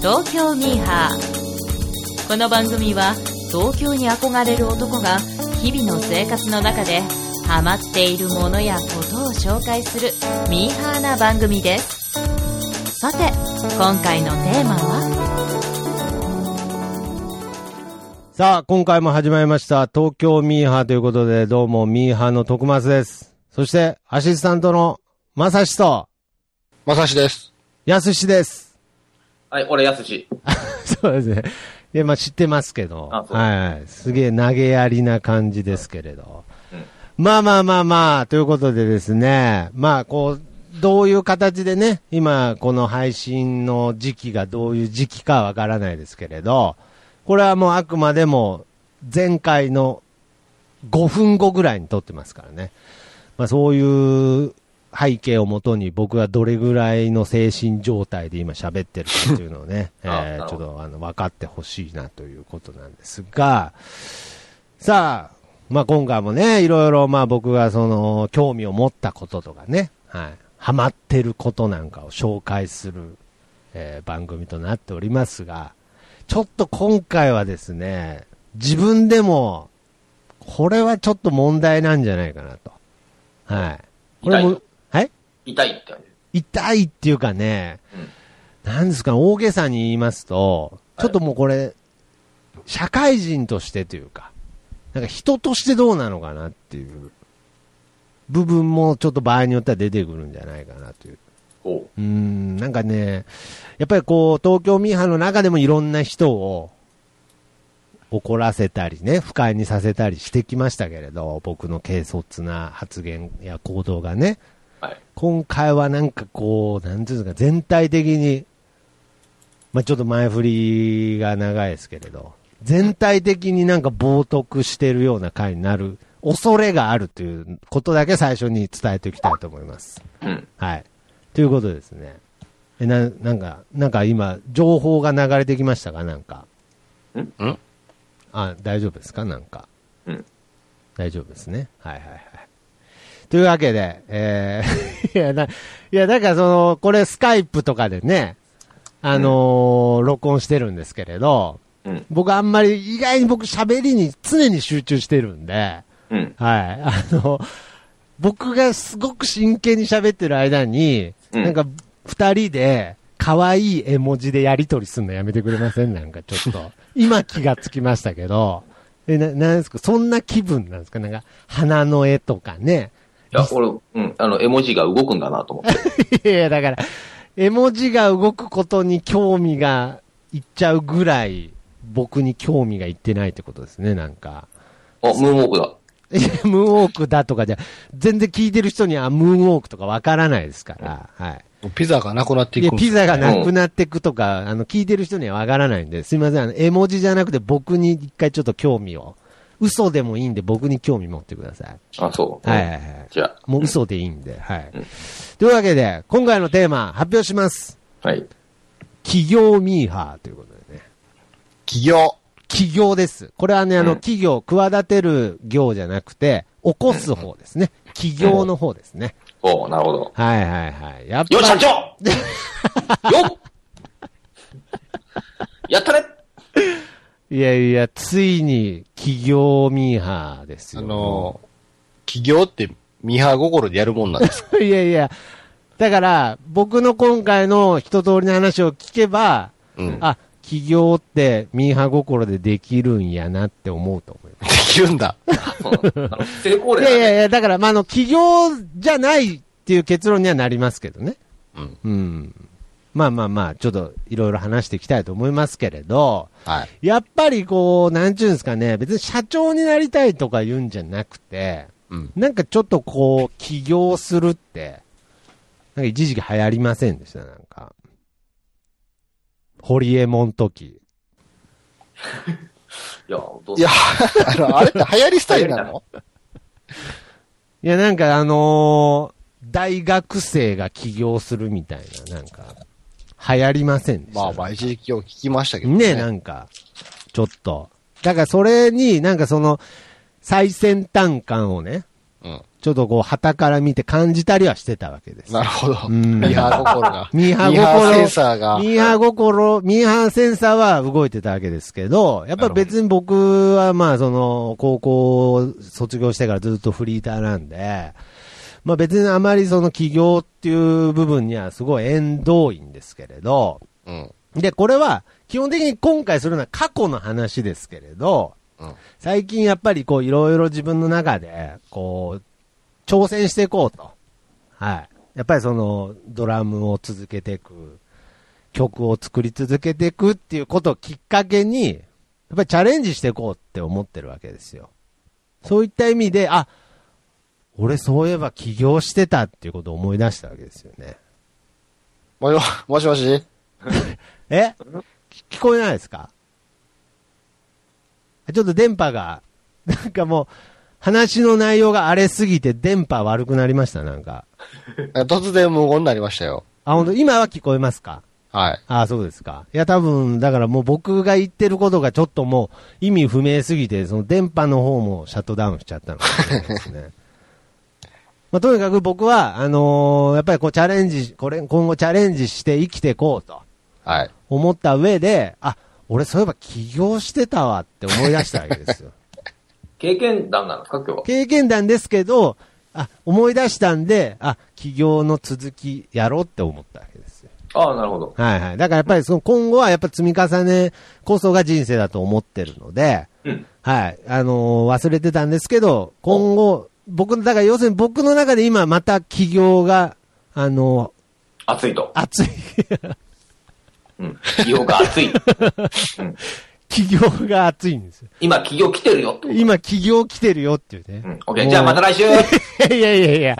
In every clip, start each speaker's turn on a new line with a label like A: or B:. A: 東京ミーハーこの番組は東京に憧れる男が日々の生活の中でハマっているものやことを紹介するミーハーな番組ですさて今回のテーマは
B: さあ、今回も始まりました。東京ミーハーということで、どうもミーハーの徳松です。そして、アシスタントのまさしと、
C: まさしです。
B: やすしです。
D: はい、俺、やすし。
B: そうですね。いや、まあ知ってますけど、
D: あそう
B: はいはい。すげえ投げやりな感じですけれど。
D: うん
B: まあまあまあまあ、ということでですね、まあこう、どういう形でね、今、この配信の時期がどういう時期かわからないですけれど、これはもうあくまでも前回の5分後ぐらいに撮ってますからね。まあそういう背景をもとに僕がどれぐらいの精神状態で今喋ってるかっていうのをね、え
D: あ
B: ー
D: なる
B: ちょ
D: ほ
B: っ
D: ど
B: とあの分かってほしいなということなんですが、さあ、まあ今回もね、いろいろまあ僕がその興味を持ったこととかね、はい、ハマってることなんかを紹介する、えー番組となっておりますが、ちょっと今回はですね、自分でも、これはちょっと問題なんじゃないかなと。はい。これ
D: 痛い
B: も
D: と、
B: はい
D: 痛いって感じ。
B: 痛いっていうかね、なんですか、大げさに言いますと、
D: はい
B: ちょっともうこれ、社会人としてというか、なんか人としてどうなのかなっていう部分もちょっと場合によっては出てくるんじゃないかなという。
D: おう。
B: うーん、なんかね、やっぱりこう、東京ミーハーの中でもいろんな人を怒らせたりね、不快にさせたりしてきましたけれど、僕の軽率な発言や行動がね、
D: はい。
B: 今回はなんかこう、なんていうんですか、全体的に、まあ、ちょっと前振りが長いですけれど、全体的になんか冒涜してるような回になる、恐れがあるということだけ最初に伝えておきたいと思います。
D: うん。
B: はい。ということですね。え、な、なんか、なんか今、情報が流れてきましたかなんか。
D: ん
B: んあ、大丈夫ですかなんか。
D: うん。
B: 大丈夫ですね。はいはいはい。というわけで、えー いや、な、いや、だからその、これスカイプとかでね、あのー録音してるんですけれど、
D: うん。
B: 僕あんまり、意外に僕喋りに常に集中してるんで、
D: うん。
B: はい。あの、僕がすごく真剣に喋ってる間に、
D: うん
B: なんか、二人で、可愛い絵文字でやり取りするのやめてくれませんなんかちょっと。今気がつきましたけど、え、な、なんですかそんな気分なんですかなんか、花の絵とかね。
D: いや、俺、うん、あの、絵文字が動くんだなと思って。
B: いやいや、だから、絵文字が動くことに興味がいっちゃうぐらい、僕に興味がいってないってことですね、なんか。
D: あ、ムーンウォークだ。
B: いや、ムーンウォークだとかじゃ、全然聞いてる人にはムーンウォークとかわからないですから、はい。
C: ピザがなくなってい
B: いや、
C: くんです
B: ピザがなくなっていくとか、あの、聞いてる人にはわからないんで、すいません、あの、絵文字じゃなくて僕に一回ちょっと興味を。嘘でもいいんで僕に興味持ってください。
D: あ、そう。
B: はいはいはい。
D: じゃあ。
B: もう嘘でいいんで、はい。というわけで、今回のテーマ発表します。
D: はい。
B: 企業ミーハーということでね。
C: 企業。
B: 企業です。これはね、あ
D: う
B: の、
D: ん
B: 企業、企てる業じゃなくて、起こす方ですね。企業の方ですね。
D: おう、なるほど。
B: はいはいはい。やっぱ
D: よっ、社
B: り、
D: 長よっやったね
B: いやいや、ついに企業ミーハーですよ。
C: あの、企業ってミーハー心でやるもんなん ですか
B: いやいや、だから、僕の今回の一通りの話を聞けば、
C: うん。で
B: あ、企業ってミーハー心でできるんやなって思うと思いま
C: きるんだ。
D: あそうあの成功
B: す。い
D: 例だ
B: やいやい
D: ね。
B: や、だから、まあ、あの、企業じゃないっていう結論にはなりますけどね。
C: うん。
B: うん。まあまあまあ、ちょっといろいろ話していきたいと思いますけれど、
C: はい。
B: やっぱりこう、なんちゅうんですかね、別に社長になりたいとか言うんじゃなくて、
C: うん。
B: なんかちょっとこう、起業するって、なんか一時期流行りませんでした、なんか。ホリエモン時。
D: いや、どう
C: いや、 あの、あれって流行りスタイル なの
B: いや、なんかあのー大学生が起業するみたいな、なんか、流行りませんでした。
C: まあまあ、一時期を聞きましたけど
B: ね
C: ね。
B: え、なんか、ちょっと。だからそれに、なんかその、最先端感をね、
C: うん。
B: ちょっとこう、旗から見て感じたりはしてたわけです。
C: なるほど。
B: うん。
C: ミーハー心が
B: ミーハー心
C: センサーが
B: ミ。ーハー心、ミーハーセンサーは動いてたわけですけど、やっぱ別に僕はまあその、高校を卒業してからずっとフリーターなんで、まあ別にあまりその起業っていう部分にはすごい縁遠いんですけれど、
C: うん。
B: で、これは基本的に今回するのは過去の話ですけれど、
C: うん。
B: 最近やっぱりこういろいろ自分の中で、こう、挑戦していこうと。はい。やっぱりそのドラムを続けていく、曲を作り続けていくっていうことをきっかけに、やっぱりチャレンジしていこうって思ってるわけですよ。そういった意味で、あ、俺そういえば起業してたっていうことを思い出したわけですよね。
C: もしもしもし
B: え聞こえないですかちょっと電波が、なんかもう、話の内容が荒れすぎて電波悪くなりました、なんか。
C: 突然無言になりましたよ。
B: あ、本当今は聞こえますか
C: はい。
B: あそうですか。いや、多分、だからもう僕が言ってることがちょっともう意味不明すぎて、その電波の方もシャットダウンしちゃったのかもしれないですね。 まあ、とにかく僕は、あのーやっぱりこうチャレンジ、これ、今後チャレンジして生きていこうと。
C: はい。
B: 思った上で、あ、俺そういえば起業してたわって思い出したわけです よ。
D: 経験談なんですか、今日は。
B: 経験談ですけど、あ、思い出したんで、あ、起業の続きやろうって思ったわけですよ。
D: ああ、なるほど。
B: はいはい。だからやっぱりその今後はやっぱ積み重ねこそが人生だと思ってるので、
D: うん。
B: はい。あのー忘れてたんですけど、今後、僕の、だから要するに僕の中で今また起業が、あの
D: 熱いと
B: ー。熱い、
D: うん。企業が熱い。うん。
B: 起業が熱いんですよ。
D: 今、企業来てるよって。
B: 今起業来てるよっていうね。
D: うん。オッケー。じゃあまた来週
B: いやいやいや、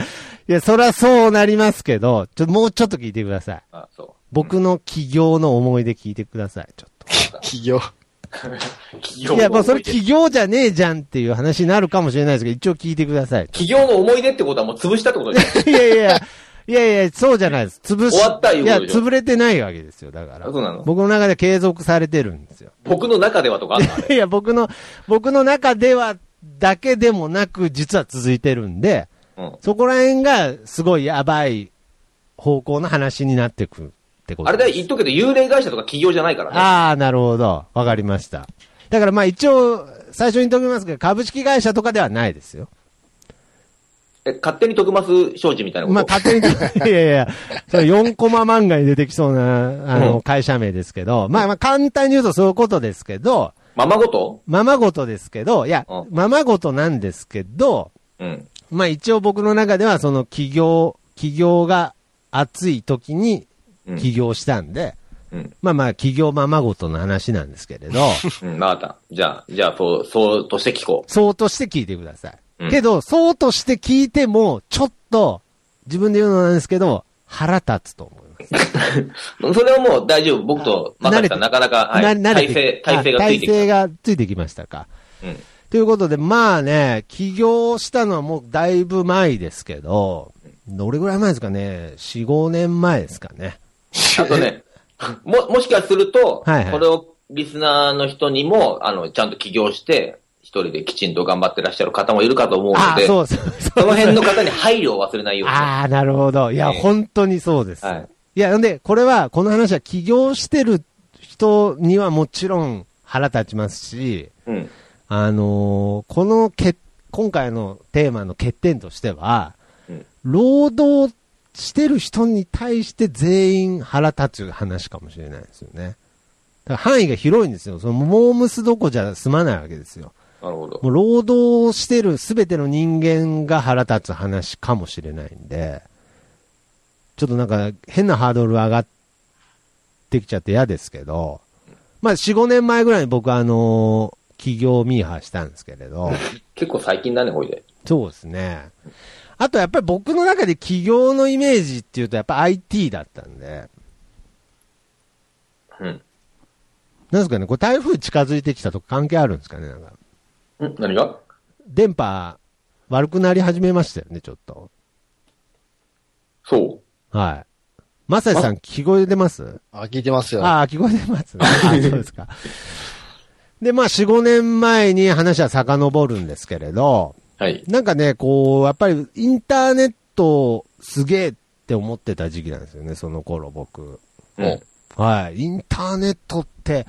B: いや、そらそうなりますけど、ちょ、もうちょっと聞いてください。
D: あ、そ
B: 僕の起業の思い出聞いてください、ちょっ
C: 企業。
D: う。企
B: と。
D: 業
B: いや、もうそれ
D: 企
B: 起業じゃねえじゃんっていう話になるかもしれないですけど、一応聞いてください。
D: 業の思い出ってことはもう潰したってことじゃない
B: いやいや、いやいや、そうじゃないです。潰し、
D: 終わったい
B: い
D: うこ
B: や、
D: とでしょ
B: 潰れてないわけですよ、だから。
D: あそうなの
B: 僕の中で継続されてるんですよ。
D: 僕の中ではとかあんのあれ。
B: いや、僕の、僕の中では、だけでもなく、実は続いてるんで、
D: うん。
B: そこら辺が、すごいやばい方向の話になってくってこと
D: あれだよ、言っとくけど、幽霊会社とか企業じゃないからね。
B: ああ、なるほど。わかりました。だからまあ一応、最初に言っておきますけど、株式会社とかではないですよ。
D: え、勝手に徳松商事みたいなこと。
B: まあ勝手 に、いやいや、それ4コマ漫画に出てきそうな、あ
D: う
B: の、
D: ん
B: 会社名ですけど、まあまあ簡単に言うとそういうことですけど、
D: ままごと
B: ままごとですけど、いや
D: う、ん
B: ままごとなんですけど、
D: うん。
B: まあ一応僕の中ではその起業、起業が熱い時に
D: うん
B: 起業したんで、
D: うん。
B: まあまあ起業ままごとの話なんですけれ ど、
D: うん、わかった。じゃあ、じゃあ、そう、そうとして聞こ
B: そうとして聞いてください。
D: うん
B: けど、そうとして聞いても、ちょっと、自分で言うのなんですけど、腹立つと思います。
D: う。それはもう大丈夫。僕と任せたらなかなか、はい。
B: な
D: 体勢、体勢がつい
B: あ
D: てき
B: 体
D: た。
B: 勢がついてきましたか。
D: うん。
B: ということで、まあね、起業したのはもうだいぶ前ですけど、どれぐらい前ですかね ?4、5年前ですかね。
D: あとね、も、もしかすると、
B: はいはい
D: これをリスナーの人にも、あの、ちゃんと起業して、一人できちんと頑張ってらっしゃる方もいるかと思うの
B: あ
D: で、
B: そうそうそう。
D: その辺の方に配慮を忘れないよう に。
B: ああ、なるほど。いや、
D: ええ
B: 本当にそうです。
D: はい
B: い、や、んで、これは、この話は起業してる人にはもちろん腹立ちますし、
D: うん。
B: あのーこのけ、今回のテーマの欠点としては、
D: うん
B: 労働してる人に対して全員腹立つ話かもしれないですよね。だから範囲が広いんですよ。その、モームスどこじゃ済まないわけですよ。
D: なるほど。
B: もう労働してるすべての人間が腹立つ話かもしれないんで、ちょっとなんか変なハードル上がってきちゃって嫌ですけど、まあ4、5年前ぐらいに僕はあのー起業ミーハーしたんですけれど、
D: 結構最近だね、ほいで。
B: そうですね。あとやっぱり僕の中で起業のイメージっていうとやっぱ IT だったんで、
D: うん。
B: なんですかね、これ台風近づいてきたとか関係あるんですかね、なんか。
D: ん何が
B: 電波悪くなり始めましたよね、ちょっと。
D: そう。
B: はい。まさしさん、聞こえてます
C: あ、聞いてますよ。
B: ああ、聞こえてますね。ああそうですか。で、まあ、4、5年前に話は遡るんですけれど、
D: はい。
B: なんかね、こう、やっぱりインターネットすげえって思ってた時期なんですよね、その頃僕。
D: うん。
B: はい。インターネットって、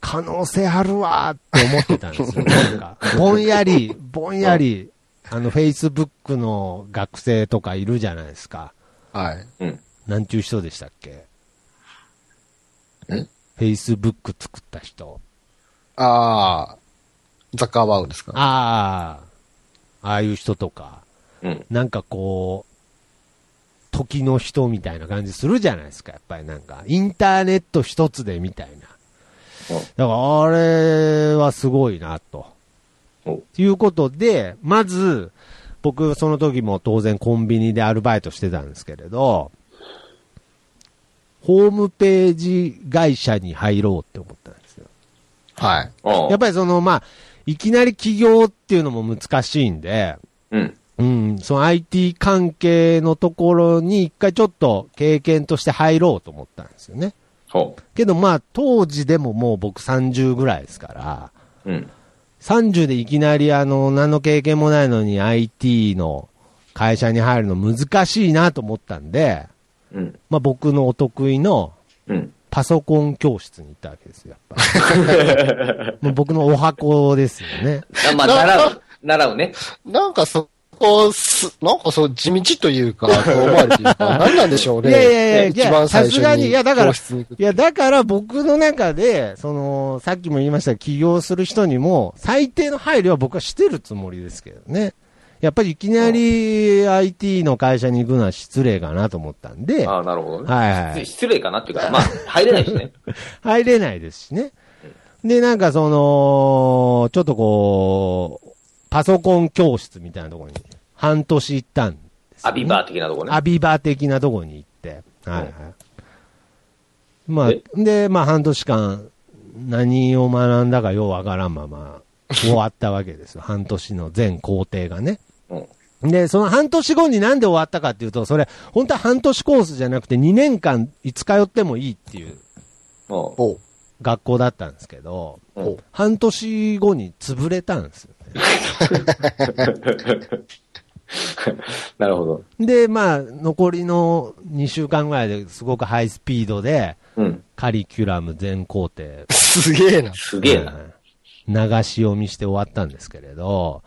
B: 可能性あるわーって思ってたんですよ。 なんか、ぼんやり、ぼんやり、あの、Facebook の学生とかいるじゃないですか。
C: はい。
D: うん。
B: なんちゅう人でしたっけ
D: ん
B: ?Facebook 作った人。
C: ああ、ザッカーバーグですか
B: ああ、ああいう人とか、
D: うん。
B: なんかこう、時の人みたいな感じするじゃないですか、やっぱりなんか。インターネット一つでみたいな。
D: うん
B: だから、あれはすごいな、と。
D: お
B: ということで、まず、僕、その時も当然コンビニでアルバイトしてたんですけれど、ホームページ会社に入ろうって思ったんですよ。
C: はい。
D: ああ
B: やっぱりその、まあ、いきなり起業っていうのも難しいんで、
D: うん。
B: うん、その IT 関係のところに一回ちょっと経験として入ろうと思ったんですよね。
D: そ
B: けどまあ当時でももう僕30ぐらいですから、
D: う。うん。
B: 30でいきなりあの何の経験もないのに IT の会社に入るの難しいなと思ったんで、
D: うん。
B: まあ僕のお得意の
D: うん。
B: パソコン教室に行ったわけですよ、やっぱ。もう僕のお箱ですよね。
D: あ まあ、習う。習うね。
C: なんかそこ、す、なんかそう、地道というか、遠回りという か、何なんでしょうね。
B: いやいやいやいや
C: 一番最初に。
B: さすがにいやだから
C: 教室に行く
B: いや、だから僕の中で、その、さっきも言いましたが起業する人にも、最低の配慮は僕はしてるつもりですけどね。やっぱりいきなり IT の会社に行くのは失礼かなと思ったんで、
D: あ
B: は
D: あ、なるほ
B: い
D: どね。
B: は
D: 失
B: い。
D: 失礼かなっていうか、まあ、入れないし ね。
B: 入れないですしね。で、なんかその、ちょっとこう、パソコン教室みたいなところに半年行ったんですよね
D: アビバー的なとこね
B: ア。ビバー的なとこに行って、はいはい。まあ
D: え、
B: で、まあ、半年間、何を学んだかようわからんまま、終わったわけです よ。半年の全工程がね。
D: うん。
B: で、その半年後になんで終わったかっていうと、それ、本当は半年コースじゃなくて2年間いつ通ってもいいっていう
D: うん
C: おう
B: 学校だったんですけど、
D: うん
C: お
B: 半年後に潰れたんですよね。
D: なるほど。
B: で、まあ、残りの2週間ぐらいですごくハイスピードで、
D: うん。
B: カリキュラム全工程
C: すげえな。
D: すげえな。
B: はい流し読みして終わったんですけれど、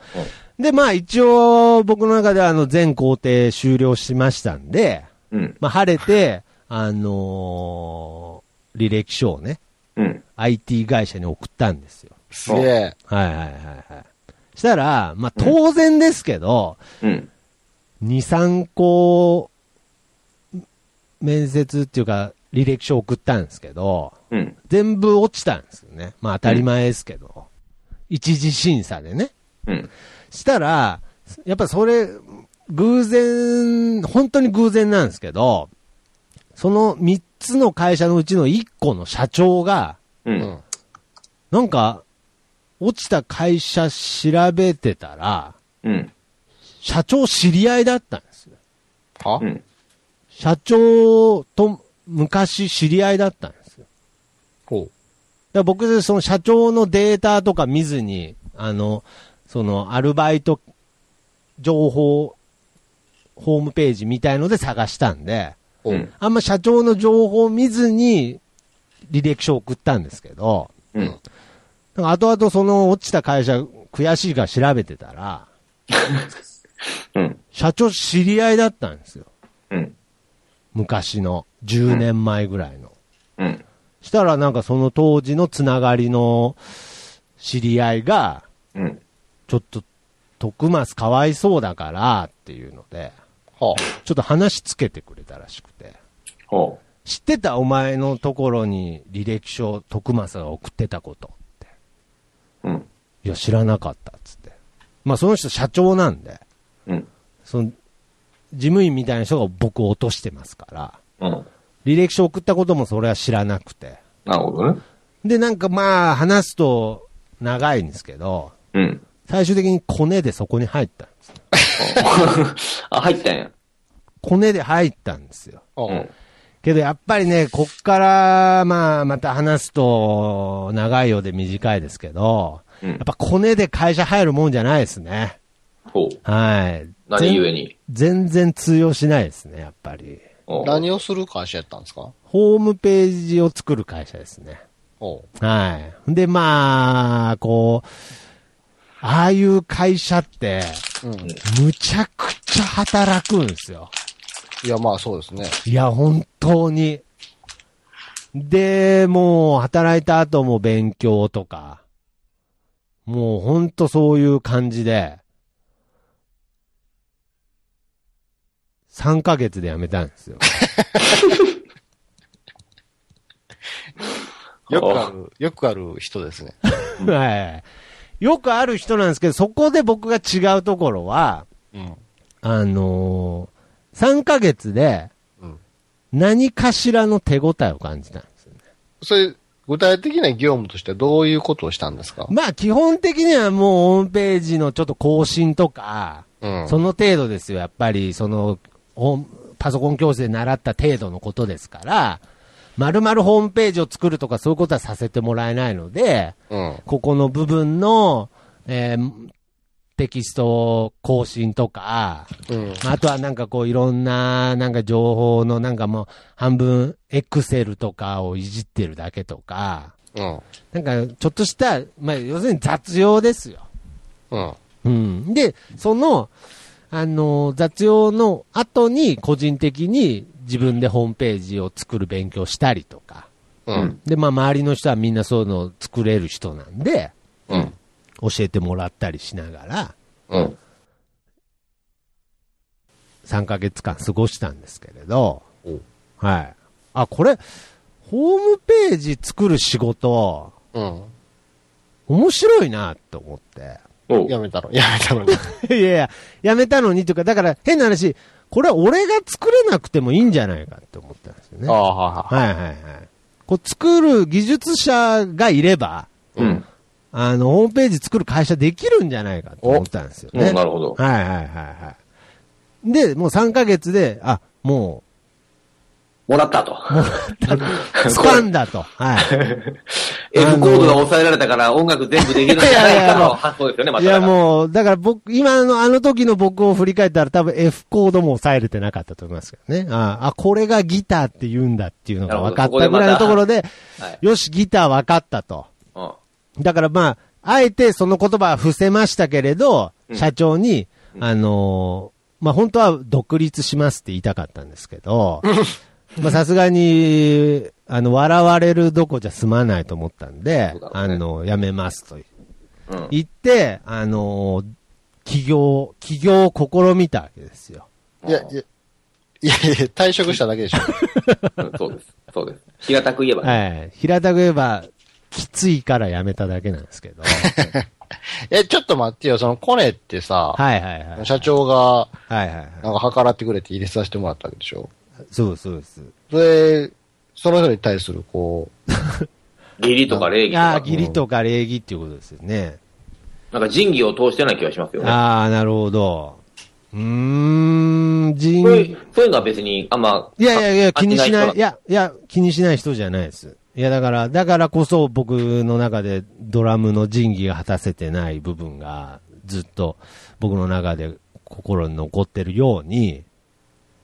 B: で、まあ一応僕の中ではあの全工程終了しましたんで、
D: うん。
B: まあ晴れて、あのー履歴書をね、
D: うん。
B: IT 会社に送ったんですよ。
C: すげえ。
B: はいはいはいはい。したら、まあ当然ですけど、
D: うん。
B: 2、3個、面接っていうか履歴書送ったんですけど、
D: うん。
B: 全部落ちたんですよね。まあ当たり前ですけど。一次審査でね。
D: うん。
B: したら、やっぱそれ、偶然、本当に偶然なんですけど、その3つの会社のうちの1個の社長が、
D: う。
C: うんん。
B: なんか、落ちた会社調べてたら、
D: うん。
B: 社長知り合いだったんですよ。
C: は
D: うん。
B: 社長と昔知り合いだったんですよ。
C: ほう。
B: だから僕、その社長のデータとか見ずに、あの、そのアルバイト情報、ホームページみたいので探したんで、
C: ほう
D: うん
B: あんま社長の情報を見ずに履歴書を送ったんですけど、
D: うん。
B: なんか後々その落ちた会社悔しいから調べてたら、
D: うん。
B: 社長知り合いだったんですよ。
D: うん。
B: 昔の、10年前ぐらいの。
D: うん。
B: したらなんかその当時のつながりの知り合いが、
D: うん。
B: ちょっと、徳松かわいそうだからっていうので、
C: は
B: ちょっと話つけてくれたらしくて。
D: ほ
B: 知ってたお前のところに履歴書徳松が送ってたことって。
D: う。うん。
B: いや、知らなかったっつって。まあその人社長なんで、
D: うん。
B: その、事務員みたいな人が僕を落としてますから、
D: うん。
B: 履歴書送ったこともそれは知らなくて。
D: なるほどね。
B: で、なんかまあ話すと長いんですけど、
D: うん。
B: 最終的にコネでそこに入ったんです。
D: あ、入ったんや。
B: コネで入ったんですよ。
C: あ。
D: う
C: は
D: ん
C: あ。。
B: けどやっぱりね、こっから、まあ、また話すと、長いようで短いですけど、
D: うん
B: やっぱコネで会社入るもんじゃないですね。
D: ほう。
B: はい。
D: 何故に。
B: 全然通用しないですね、やっぱり。
D: うん
C: 何をする会社やったんですか
B: ホームページを作る会社ですね。
C: おう
B: はい。で、まあ、こう、ああいう会社って、
C: うん。
B: むちゃくちゃ働くんですよ。
C: いや、まあそうですね。
B: いや、本当に。で、もう、働いた後も勉強とか、もうほんとそういう感じで、3ヶ月で辞めたんです よ。
C: よくある、よくある人ですね。
B: はい。よくある人なんですけど、そこで僕が違うところは、
C: うん。
B: あのー、3ヶ月で
C: うん、
B: 何かしらの手応えを感じたんですよね。
C: それ、具体的な業務としてどういうことをしたんですか
B: まあ、基本的にはもうホームページのちょっと更新とか、
C: うん
B: その程度ですよ、やっぱり、その、ホームパソコン教室で習った程度のことですから、まるまるホームページを作るとかそういうことはさせてもらえないので、
C: うん。
B: ここの部分の、えーテキスト更新とか、
C: うん。
B: まああとはなんかこういろんななんか情報のなんかもう半分エクセルとかをいじってるだけとか、
C: うん。
B: なんかちょっとした、まあ要するに雑用ですよ。
C: うん。
B: うん。で、その、あの、雑用の後に個人的に自分でホームページを作る勉強したりとか、
C: うん。
B: で、まあ周りの人はみんなそういうのを作れる人なんで、
D: うん。
B: 教えてもらったりしながら、
D: うん。
B: 3ヶ月間過ごしたんですけれど
C: お、
B: はい。あ、これ、ホームページ作る仕事、
C: うん。
B: 面白いなと思って。
D: おう
C: やめたの、やめ たのに。
B: いやいや、やめたのにというか、だから変な話、これは俺が作れなくてもいいんじゃないかって思ったんですよね。
C: あ
B: は
C: あ、はい
B: はいはい。こう作る技術者がいれば、
D: うん。
B: あの、ホームページ作る会社できるんじゃないかと思ったんですよ
D: お
B: ね。
D: おなるほど
B: はいはいはいはい。で、もう3ヶ月で、あ、もう、
D: もらったと。
B: スパンだと。 はい。
D: F コードが抑えられたから音楽全部できるんじゃないかの発想ですよね、また。
B: いやもう、だから僕、今のあの時の僕を振り返ったら多分 F コードも抑えれてなかったと思いますけどね。ああ、これがギターって言うんだっていうのが分かったぐらいのところで、
D: はい
B: よし、ギター分かったと。
D: うん。
B: だからまあ、あえてその言葉は伏せましたけれど、
D: うん
B: 社長に、あのーまあ本当は独立しますって言いたかったんですけ ど、まあさすがに、あの、笑われるどこじゃ済まないと思ったんで、
D: そうだろ
B: あ
D: うね
B: の、やめますと
D: うん。
B: 言って、あのー起業、起業を試みたわけですよ。
C: いや、いや、いやいや、退職しただけでしょ。
D: うんそうです。そうです。平たく言えばね。
B: はい。平たく言えば、きついからやめただけなんですけ ど。は
C: え、ちょっと待ってよ、そのコネってさ、
B: いはいはい。
C: 社。長が、
B: はいはいはい。
C: なんか計らってくれて入れさせてもらったわけでしょ。
B: そうですそうです。
C: それ、その人に対する、こ
D: 義理とか礼儀
B: い
D: と
B: や
D: か
B: ー、。義理とか礼儀っていうことですよね。
D: なんか仁義を通してない気がしますよね。
B: ああ、なるほど。うーん、人
D: そういう、そういうのは別にあんま。
B: いやいやいや、気にしない、い
D: や。
B: や、いや、気にしない人じゃないです。いや、だから、だからこそ僕の中でドラムの仁義が果たせてない部分がずっと僕の中で心に残ってるように、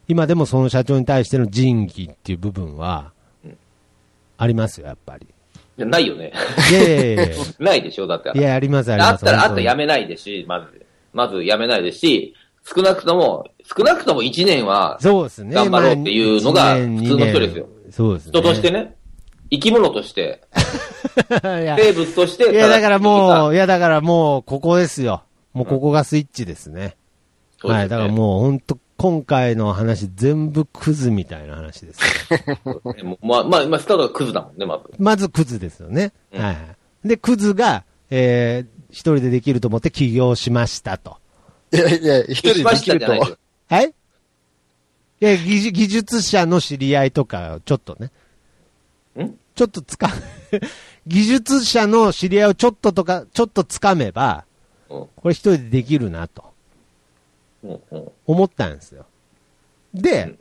B: 今でもその社長に対しての仁義っていう部分は、ありますよ、やっぱり。
D: いやないよね。
B: いやいやいやいや
D: ないでしょだって。
B: いや、あります、あり
D: あ
B: ま
D: っ
B: す。
D: たら、あ
B: 本
D: っ
B: 当
D: たら
B: に
D: やめないですし、まず、まずやめないですし、少なくとも、少なくとも1年は、
B: そうですね。
D: 頑張ろうっていうのが普通の人ですよ
B: まあ。一年二年そうですね。
D: 人としてね、生き物として、
B: ね。 いや、
D: 生物として、
B: い やだからも
D: う
B: う、いや、だからもう、ここですよ。もうここがスイッチですね。
D: そうですね
B: はい。だからもう、本当今回の話、全部クズみたいな話 ですよ。
D: ねもうまあ、まあ、まあ、スタートがクズだもんね、まず。
B: まずクズですよね。
D: うん
B: はいはい。で、クズが、えー、一人でできると思って起業しましたと。
C: う、いやいや、一人でできる
D: しましたじゃないです
C: と、
B: はいいや技術技術者の知り合いとか、ちょっとね。
D: ん
B: ちょっとつか、 技術者の知り合いをちょっととか、ちょっとつかめば、
D: うん
B: これ一人でできるなと
D: うんうん
B: 思ったんですよ。
D: う
B: で
D: ん、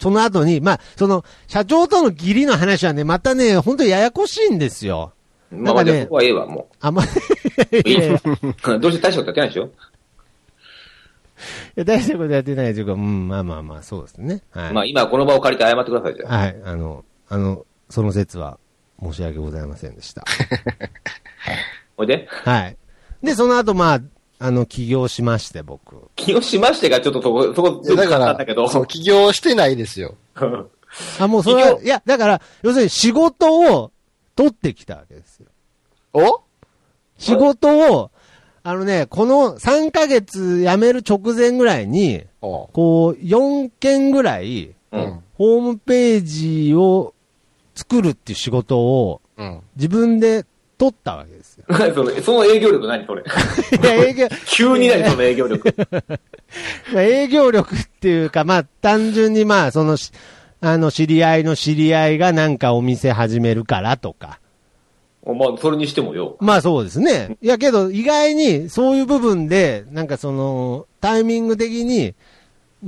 B: その後に、まあ、その、社長との義理の話はね、またね、本当ややこしいんですよ。
D: まあま
B: な
D: あ、
B: んかね
D: じゃあそこはええわ、も
B: あんま、
D: う。いいどうせ大したことやってないでしょ
B: や 大したことやってないというか、うん、まあまあまあ、そうですね。はい。
D: まあ今この場を借りて謝ってくださいじゃあ
B: はい、あの、あの、その説は申し訳ございませんで した。
D: おいで。
B: はい。で、その後、まあ、あの、起業しまして、僕。
D: 起業しましてがちょっとそこ、そこ、
C: いやだか
D: 簡単だけど
C: ら、。そう、起業してないですよ。
B: あ、もうそれ
D: 起
B: は、
D: 業
B: いや、だから、要するに仕事を取ってきたわけですよ。
C: お
B: 仕事を、あのね、この3ヶ月辞める直前ぐらいに、
C: お
B: こう、4件ぐらい、
C: う
D: う
C: んん。
B: ホームページを作るっていう仕事を
C: うん。
B: 自分で取ったわけですよ。
D: 何 それその営業力何それ
B: いや、営業、
D: 急に何その営業力。
B: まあ 営業力っていうか、まあ、単純にまあ、そのし、あの、知り合いの知り合いがなんかお店始めるからとか。
D: おまあ、それにしてもよ。
B: まあそうですね。いやけど、意外にそういう部分で、なんかその、タイミング的に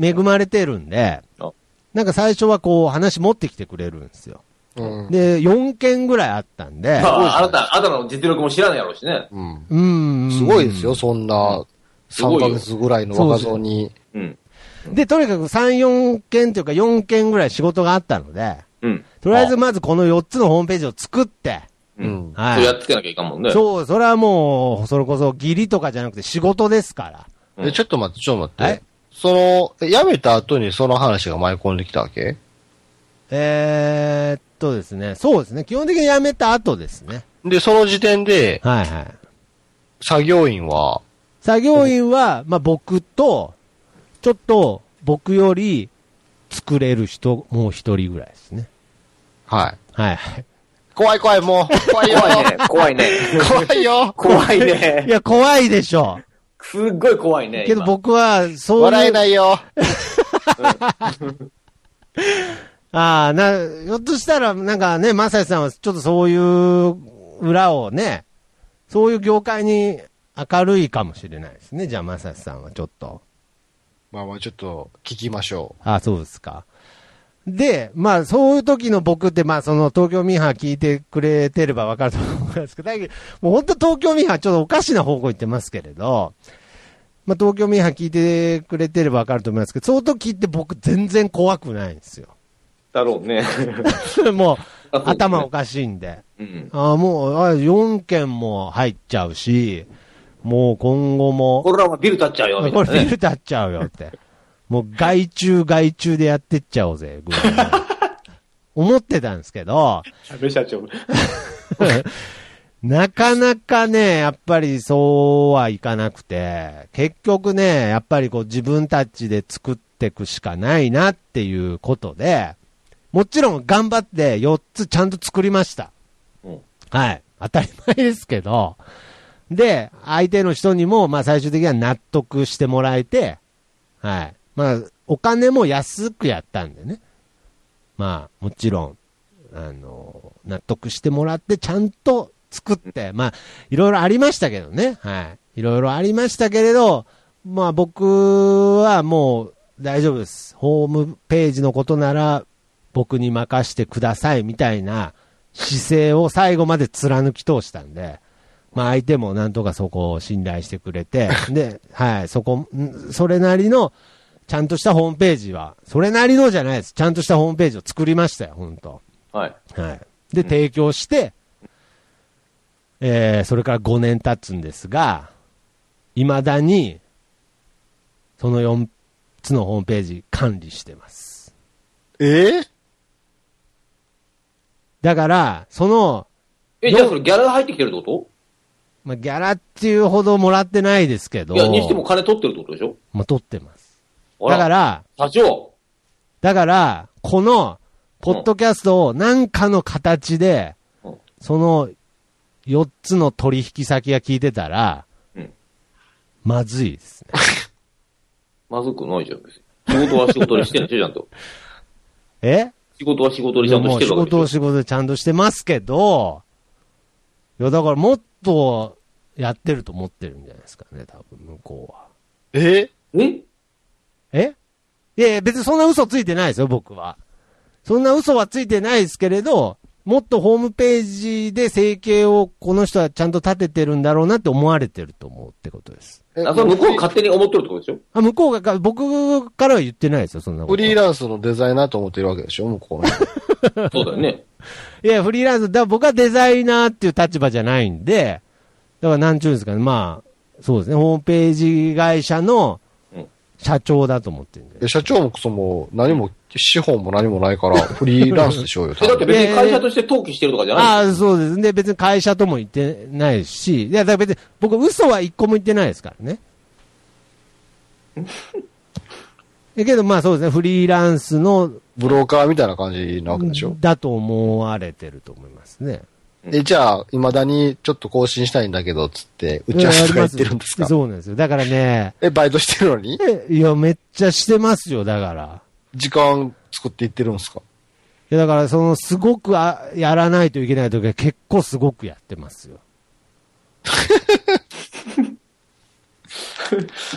B: 恵まれてるんで
D: あ、
B: なんか最初はこう話持ってきてくれるんですよ。
C: うん。
B: で、4件ぐらいあったんで
D: ま、あ、あなた、あなたの実力も知らないやろうしね。
C: うん。
B: うん。
C: すごいですよ、そんな、
D: すご
C: 3
D: いよ
C: ヶ月ぐらいの若造に。
D: うん。
B: で、とにかく3、4件というか4件ぐらい仕事があったので、
D: うん。
B: とりあえずまずこの4つのホームページを作って、
D: う
C: うんん。
B: はい。
D: そうやっつけなきゃいかんもんね。
B: そう、それはもう、それこそ、義理とかじゃなくて仕事ですか
D: うん
C: え、ちょっと待って、ちょっと待
B: え
C: って。その、え辞めた後にその話が舞い込んできたわけ
B: ら。えー、っとですね、そうですね、基本的に辞めた後ですね。
C: で、その時点で、
B: はいはい。
C: 作業員は、
B: 作業員は、まあ僕と、ちょっと僕より作れる人、もう一人ぐらいですね。
C: はい。
B: はいはい。
C: 怖い怖い、もう。 怖いよ。
D: 怖いね。怖いね。
C: 怖いよ。
D: 怖い
B: い
D: ね。
B: や、怖いでしょ。
D: すっごい怖いね。
B: けど
D: 今
B: 僕は、そういう。
C: 笑えないよ。
B: ああ、な、ひょっとしたら、なんかね、マサイさんはちょっとそういう裏をね、そういう業界に明るいかもしれないですね。じゃあ、マサイさんはちょっと。
C: まあまあ、ちょっと、聞きましょ
B: ああ、そうですか。で、まあ、そういう時の僕って、まあ、その、東京ミーハー聞いてくれてればわかると思いますけど、だけど、もう本当東京ミーハーちょっとおかしな方向行ってますけれど、まあ、東京ミーハー聞いてくれてればわかると思いますけど、その時って僕全然怖くないんですよ。
D: だろうね。
B: もう、
D: あそうですね
B: 頭おかしいんで。
D: うん。
B: ああ、もう、あ4件も入っちゃうし、もう今後も、
D: これはビル立っちゃうよ、みた
B: こ
D: い
B: れ
D: な
B: ビル
D: ね。
B: 立っちゃうよって。もう外注外注でやってっちゃおうぜ、ぐらい の思ってたんですけど、
D: 安社長。
B: なかなかね、やっぱりそうはいかなくて、結局ね、やっぱりこう自分たちで作っていくしかないなっていうことで、もちろん頑張って4つちゃんと作りました。
D: うん
B: はい。当たり前ですけど。で、相手の人にも、まあ最終的には納得してもらえて、はい。まあ、お金も安くやったんでね。まあ、もちろん、あの、納得してもらって、ちゃんと作って、まあ、いろいろありましたけどね。はい。いろいろありましたけれど、まあ僕はもう大丈夫です。ホームページのことなら僕に任してくださいみたいな姿勢を最後まで貫き通したんで、まあ相手もなんとかそこを信頼してくれて、で、はい、そこ、んそれなりの、ちゃんとしたホームページは、それなりのじゃないです。ちゃんとしたホームページを作りましたよ、本当
D: はい。
B: はい。で、提供して、えー、それから5年経つんですが、未だに、その4つのホームページ管理してます。
C: う。え
B: だから、その、
D: え、じゃあそれギャラが入ってきてるってこ
B: まあ、ギャラっていうほどもらってないですけど、
D: といや、にしても金取ってるってことでしょ
B: まあ、取ってます。
D: ほ
B: だか。ら、
D: 社長。
B: だから、この、ポッドキャストを何かの形で、
D: うん
B: その、4つの取引先が聞いてたら、
D: うん
B: まずいですね。
D: まずくないじゃん、別に。仕事は仕事にしてる でしょ、ちゃんと。
B: え
D: 仕事は仕事にちゃんと
B: も
D: し
B: う
D: て
B: 仕
D: るわけ
B: 事
D: でし
B: を
D: ょ。
B: 仕事でちゃんとしてますけど、いや、だからもっとやってると思ってるんじゃないですかね、多分向こうは。
C: え
D: え
B: えいやいや、別にそんな嘘ついてないですよ、僕は。そんな嘘はついてないですけれど、もっとホームページで生計をこの人はちゃんと立ててるんだろうなって思われてると思うってことです。
C: え
D: あ、それ向こうが勝手に思っとるってことでしょ
B: あ、向こうが、僕からは言ってないですよ、そんなこと。
C: フリーランスのデザイナーと思ってるわけでしょ向こう は
D: そうだ よね。
B: いや、フリーランス、だから僕はデザイナーっていう立場じゃないんで、だからなんちゅうんですかね、まあ、そうですね、ホームページ会社の
D: うん
B: 社長だと思ってるんで。
C: で社長もクソも何も、資本も何もないから、フリーランスでし ょうよ。
D: えだって
C: 多分
D: 別に会社として登記してるとかじゃない
B: ああ、そうですね。別に会社とも言ってないし、いや、だから別に僕嘘は一個も言ってないですから ね。だけどまあそうですね、フリーランスの、
C: ブローカーみたいな感じなわけでしょ
B: だと思われてると思いますね。
C: え、じゃあ、未だにちょっと更新したいんだけど、つって、打ち合わせとかやってるんですか
B: そうなんですよ。だからね、
C: え、バイトしてるのに
B: えいや、めっちゃしてますよ、だから。
C: 時間作っていってるんですか
B: いやだから、その、すごくあやらないといけない時は結構すごくやってますよ。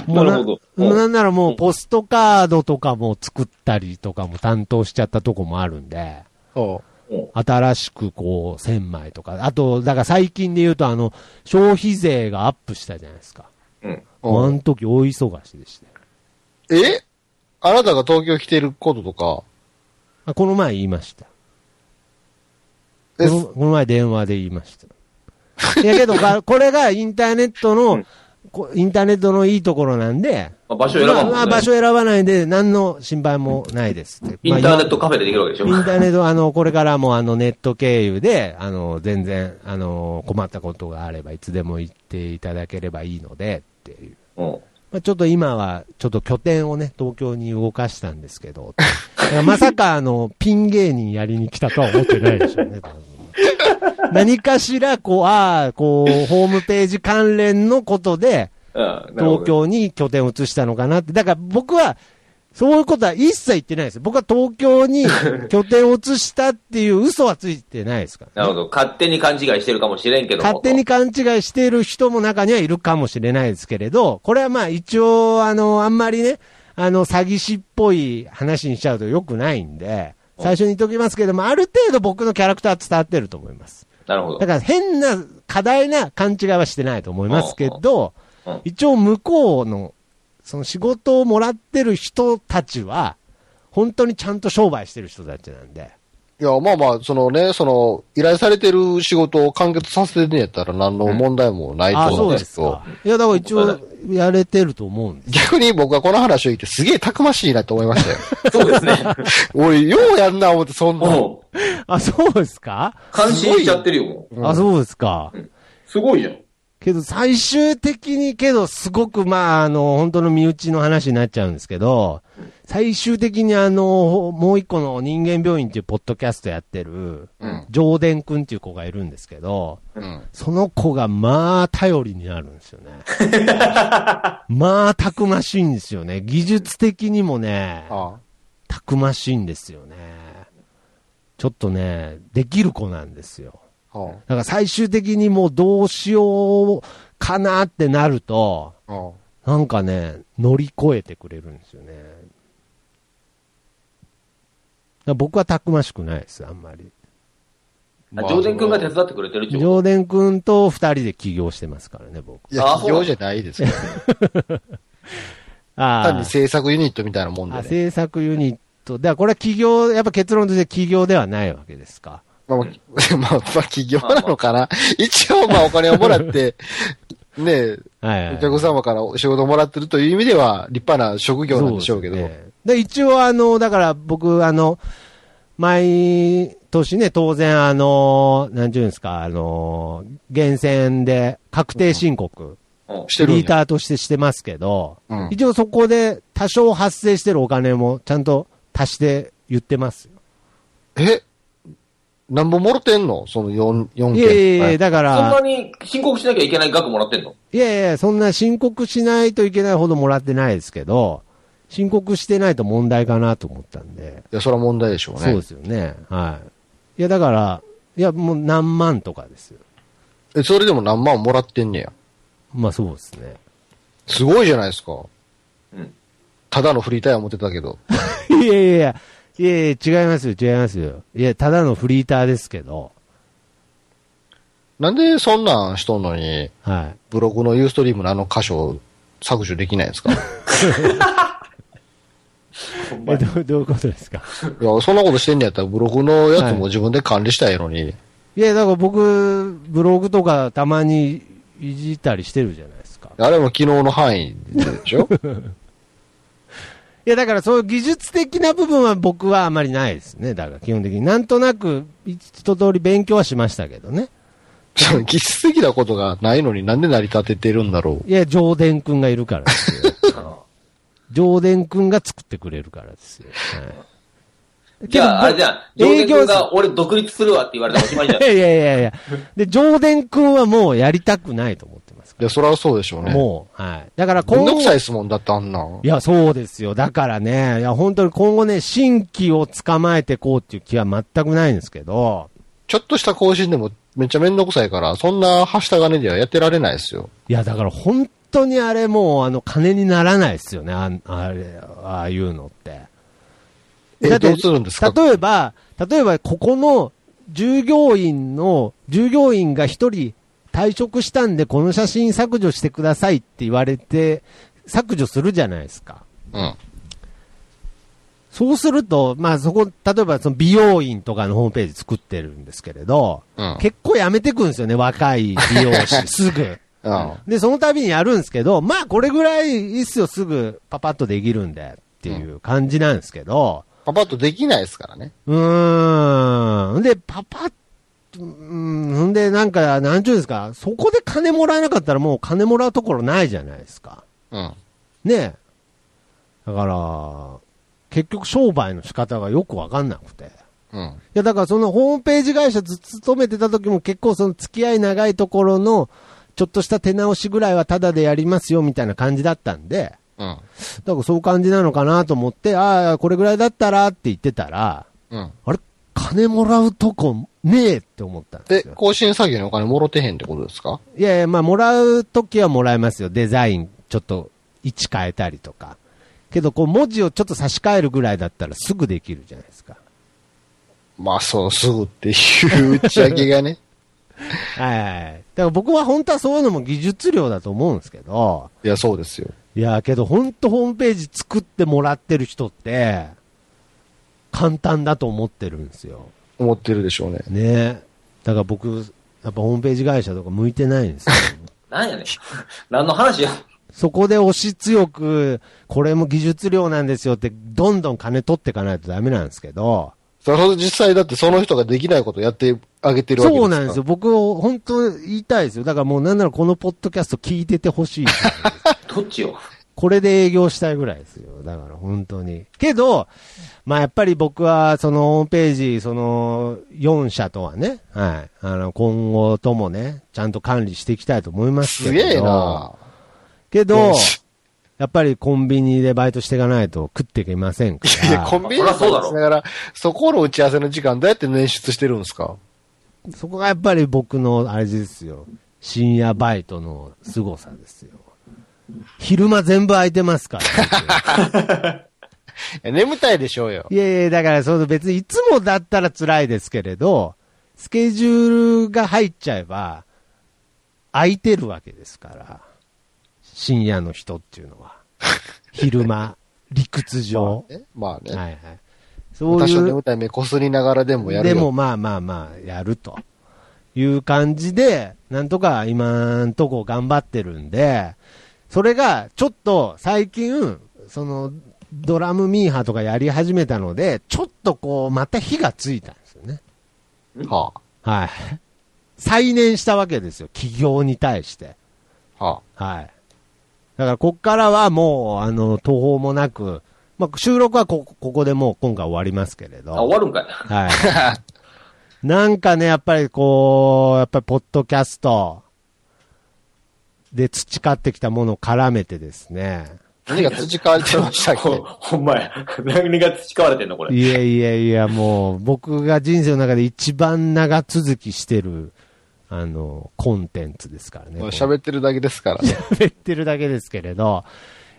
B: もう
D: なるほど
B: もうなんならもう、ポストカードとかも作ったりとかも担当しちゃったとこもあるんで、
C: そ
B: 新しくこう、1000枚とか。あと、だから最近で言うと、あの、消費税がアップしたじゃないですか。
D: うん。
C: う
B: もうあ
C: ん。
B: の時大忙しでしたよ
C: えあなたが東京来てることとか、
B: あこの前言いました。こ
C: え
B: のこの前電話で言いました。いやけど、がこれがインターネットの、こインターネットのいいところなんで、
D: まあ場所選ばんもんね
B: まあまあ場所選ばないんで、何の心配もないですって。
D: インターネットカフェでできるわけでしょ
B: インターネット、あの、これからもあのネット経由で、あの、全然、あの、困ったことがあれば、いつでも行っていただければいいので、っていう。
D: うん。
B: まあ、ちょっと今は、ちょっと拠点をね、東京に動かしたんですけど、だからまさかあの、ピン芸人やりに来たとは思ってないでしょうね。多分何かしら、こう、ああ、こう、ホームページ関連のことで、
D: うんなるほど
B: 東京に拠点を移したのかなって。だから僕は、そういうことは一切言ってないです。僕は東京 に拠点を移したっていう嘘はついてないですから。
D: なるほど。勝手に勘違いしてるかもしれんけども。
B: 勝手に勘違いしている人も中にはいるかもしれないですけれど、これはまあ一応、あの、あんまりね、あの、詐欺師っぽい話にしちゃうと良くないんで、最初に言っときますけども、ある程度僕のキャラクターは伝わってると思います。
D: なる
B: だ
D: ほど。
B: から変な、過大な勘違いはしてないと思いますけど
D: うんうん、
B: 一応向こうの、その仕事をもらってる人たちは、本当にちゃんと商売してる人たちなんで。
C: いや、まあまあ、そのね、その、依頼されてる仕事を完結させてんやったら何の問題もない
B: あ、
C: と思
B: そううん
C: で
B: ですす
C: けど、
B: か。いや、だから一応やれてると思うんです
C: 逆に僕はこの話を言ってすげえたくましいなと思いましたよ。
D: そうですね。
C: おい、ようやんな思って、そんな。
D: うん。
B: あ、そうですか、
D: 感心しちゃってるよ、もう。
C: うん
B: あ、そうですか。
D: すごいじゃん。
B: けど、最終的に、けど、すごく、まあ、あの、本当の身内の話になっちゃうんですけど、最終的に、あの、もう一個の人間病院っていうポッドキャストやってる、
C: うん
B: ジョーデン君っていう子がいるんですけど、
C: うん。
B: その子が、まあ、頼りになるんですよ ね。まあ、たくましいんですよね。技術的にもね、
C: あ
B: たくましいんですよね。ちょっとね、できる子なんですよ。
C: あ。は
B: だから最終的にもうどうしようかなってなると、
C: あ。は
B: なんかね、乗り越えてくれるんですよね。だから僕はたくましくないです、あんまり。
D: あ、上田くんが手伝ってくれてるってこと
B: 常連くんと二人で起業してますからね、僕。
C: いや、
D: あ
C: 企業じゃないですけど、単
B: あ
C: に制作ユニットみたいなもん
B: あ、あ
C: でね。
B: 制作ユニット。だからこれは起業、やっぱ結論として起業ではないわけですか。
C: まあ、まあ、 まあ、企業なのかな。一応、まあ、お金をも らって、ねえ、
B: はい、はい。
C: お客様からお仕事をもらってるという意味では、立派な職業なんでしょうけど。
B: そですねで一応、あの、だから僕、あの、毎年ね、当然、あの、なんていうんですか、あの、厳選で確定申告、
D: うん
C: してるん
B: リー
C: や。
B: ターとしてしてますけど、
C: うん
B: 一応そこで多少発生してるお金もちゃんと足して言ってますよ。
C: え何本もろてんのその4、4件。
B: いやいやいや、だか
D: そんな
B: ら、
D: に申告しなきゃいけない額もらってんの
B: いやいや、そんな申告しないといけないほどもらってないですけど、申告してないと問題かなと思ったんで。
C: いや、それは問題でしょうね。
B: そうですよね。はい。いや、だから、いや、もう何万とかですよ。
C: え、それでも何万もらってんねや。
B: まあそうですね。
C: すごいじゃないですか。
D: うん
C: ただのフリータイヤ持ってたけど。
B: いやいやいや、いやいや、違いますよ、違いますよ。いや、ただのフリーターですけど、
C: なんでそんなんしとんのに、
B: はい。
C: ブログのユーストリームのあの箇所削除できないんです かい
D: ほんま
B: え
D: に
B: どどういうことですか
C: や、そんなことしてんねやったらブログのやつも自分で管理したらええのに、
B: いや、だから僕、ブログとかたまにいじったりしてるじゃないですか。
C: あれも昨日の範囲でしょ
B: いや、だからそういう技術的な部分は僕はあまりないですね。だから基本的に。なんとなく一通り勉強はしましたけどね。
C: そ の技術的なことがないのになんで成り立ててるんだろう。
B: いや、上田くんがいるからですよ。 上田くんが作ってくれるからですよ。はい、
D: じゃあ、あれじゃん。上田君
B: す
D: が俺独立するわって言われたらおしまいじゃ ん
B: い。やいやいやいや。で、上田くんはもうやりたくないと思ってますか
C: いや、それはそうでしょう
B: ら。
C: ね。
B: もう、はい。だから
C: めん
B: 今
C: どくさい
B: 後、
C: ですもん、だってあんなん
B: い。や、そうですよ。だからね、いや、本当に今後ね、新規を捕まえてこうっていう気は全くないんですけど、
C: ちょっとした更新でもめっちゃめんどくさいから、そんなはした金ではやってられないですよ。
B: いや、だから本当にあれもう、あの、金にならないですよね、ああれ、ああいうのって。
C: え
B: だって
C: どうするんですか
B: 例えば、例えばここの従業員の、従業員が一人退職したんで、この写真削除してくださいって言われて、削除するじゃないですか。
C: うん。
B: そうすると、まあそこ、例えばその美容院とかのホームページ作ってるんですけれど、
C: うん
B: 結構やめてくんですよね、若い美容 師、すぐ。
C: うん。
B: で、その度にやるんですけど、まあこれぐらいいいっすよ、すぐパパッとできるんでっていう感じなんですけど、
C: パパッとできないですからね。
B: うーん。で、パパッ、うーん。んで、なんか、なんちゅうんですか、そこで金もらえなかったらもう金もらうところないじゃないですか。
C: うん。
B: ねえ。だから、結局商売の仕方がよくわかんなくて。
C: うん。
B: いや、だからそのホームページ会社つ勤めてた時も結構その付き合い長いところの、ちょっとした手直しぐらいはタダでやりますよみたいな感じだったんで、
C: うん。
B: だからそういう感じなのかなと思って、ああ、これぐらいだったらって言ってたら、
C: うん。
B: あれ金もらうとこねえって思ったんで
C: で、
B: すよ。
C: 更新作業にお金もろてへんってことですか
B: いやいや、まあ、もらうときはもらえますよ。デザイン、ちょっと、位置変えたりとか。けど、こう、文字をちょっと差し替えるぐらいだったらすぐできるじゃないですか。
C: まあ、そう、すぐっていう打ち上 げがね。
B: はいはいはい。だから僕は本当はそういうのも技術量だと思うんですけど、
C: いや、そうですよ。
B: いや、けど本当ホームページ作ってもらってる人って、簡単だと思ってるんですよ。
C: 思ってるでしょうね。
B: ねだから僕、やっぱホームページ会社とか向いてないんですよ。
D: なんやねん。何の話や。
B: そこで押し強く、これも技術量なんですよって、どんどん金取っていかないとダメなんですけど、
C: それ実際だってその人ができないことをやってあげてるわけです
B: そ
C: か
B: うなんですよ。。僕、本当言いたいですよ。だからもうなんならこのポッドキャスト聞いててほしい ですよ。
D: どっちよ。
B: これで営業したいぐらいですよ。だから本当に。けど、まあやっぱり僕はそのホームページ、その4社とはね、はい、あの今後ともね、ちゃんと管理していきたいと思いますけ
C: す
B: ど。
C: げえな
B: けど
C: ね、
B: やっぱりコンビニでバイトしていかないと食っていけませんか
C: いや、コ
B: ら、
C: ンビニ
D: まあそりゃそうだ
C: の
D: ろ
C: しながら、そこの打ち合わせの時間どうやって捻出してるんですか
B: そこがやっぱり僕の、あれですよ、深夜バイトの凄さですよ。昼間全部空いてます から。
C: いや眠たいでしょうよ。
B: いやいや、だからその別にいつもだったら辛いですけれど、スケジュールが入っちゃえば、空いてるわけですから、深夜の人っていうの は。昼間、理屈上。
C: えまあ
B: はい
C: ね。
B: はい。そう
C: 多
B: い
C: 少
B: う
C: 眠たい目こすりながらでもやる
B: で
C: よ。
B: もまあまあまあ、やるという感じで、なんとか今んとこ頑張ってるんで、それがちょっと最近、そのドラムミーハーとかやり始めたので、ちょっとこう、また火がついたんですよね。
C: は
B: はい。再燃したわけですよ、企業に対して。
C: あ、は
B: はい。だから、こっからはもう、あの、途方もなく、まあ、収録はこ、ここでもう今回終わりますけれど。
D: あ、終わるんかい。
B: はい。なんかね、やっぱりこう、やっぱりポッドキャストで培ってきたものを絡めてですね。
C: あ。何が培われてましたっけ
D: ほほんまや。何が培われてんのこれ。
B: いやいやいや、もう僕が人生の中で一番長続きしてる、あの、コンテンツですからね。
C: もう喋ってるだけですからね。
B: 喋ってるだけですけれど、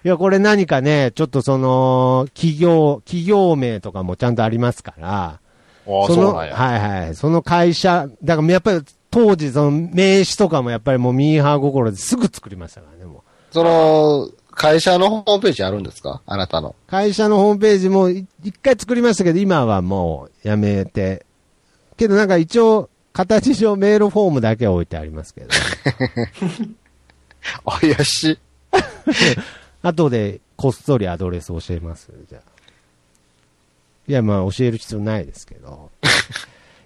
B: いや、これ何かね、ちょっとその、企業、企業名とかもちゃんとありますから、
C: ああ、
B: そ
C: そ
B: の、
C: うな
B: は
C: ん
B: い
C: や。
B: はい。その会社、だからやっぱり当時その名刺とかもやっぱりもうミーハー心ですぐ作りましたからね、もう。
C: その、会社のホームページあるんですかあなたの。
B: 会社のホームページもい一回作りましたけど、今はもうやめて。けどなんか一応、形上メールフォームだけは置いてありますけど。
C: 怪しい。
B: 後でこっそりアドレス教えますじゃあ。いや、まあ教える必要ないですけど。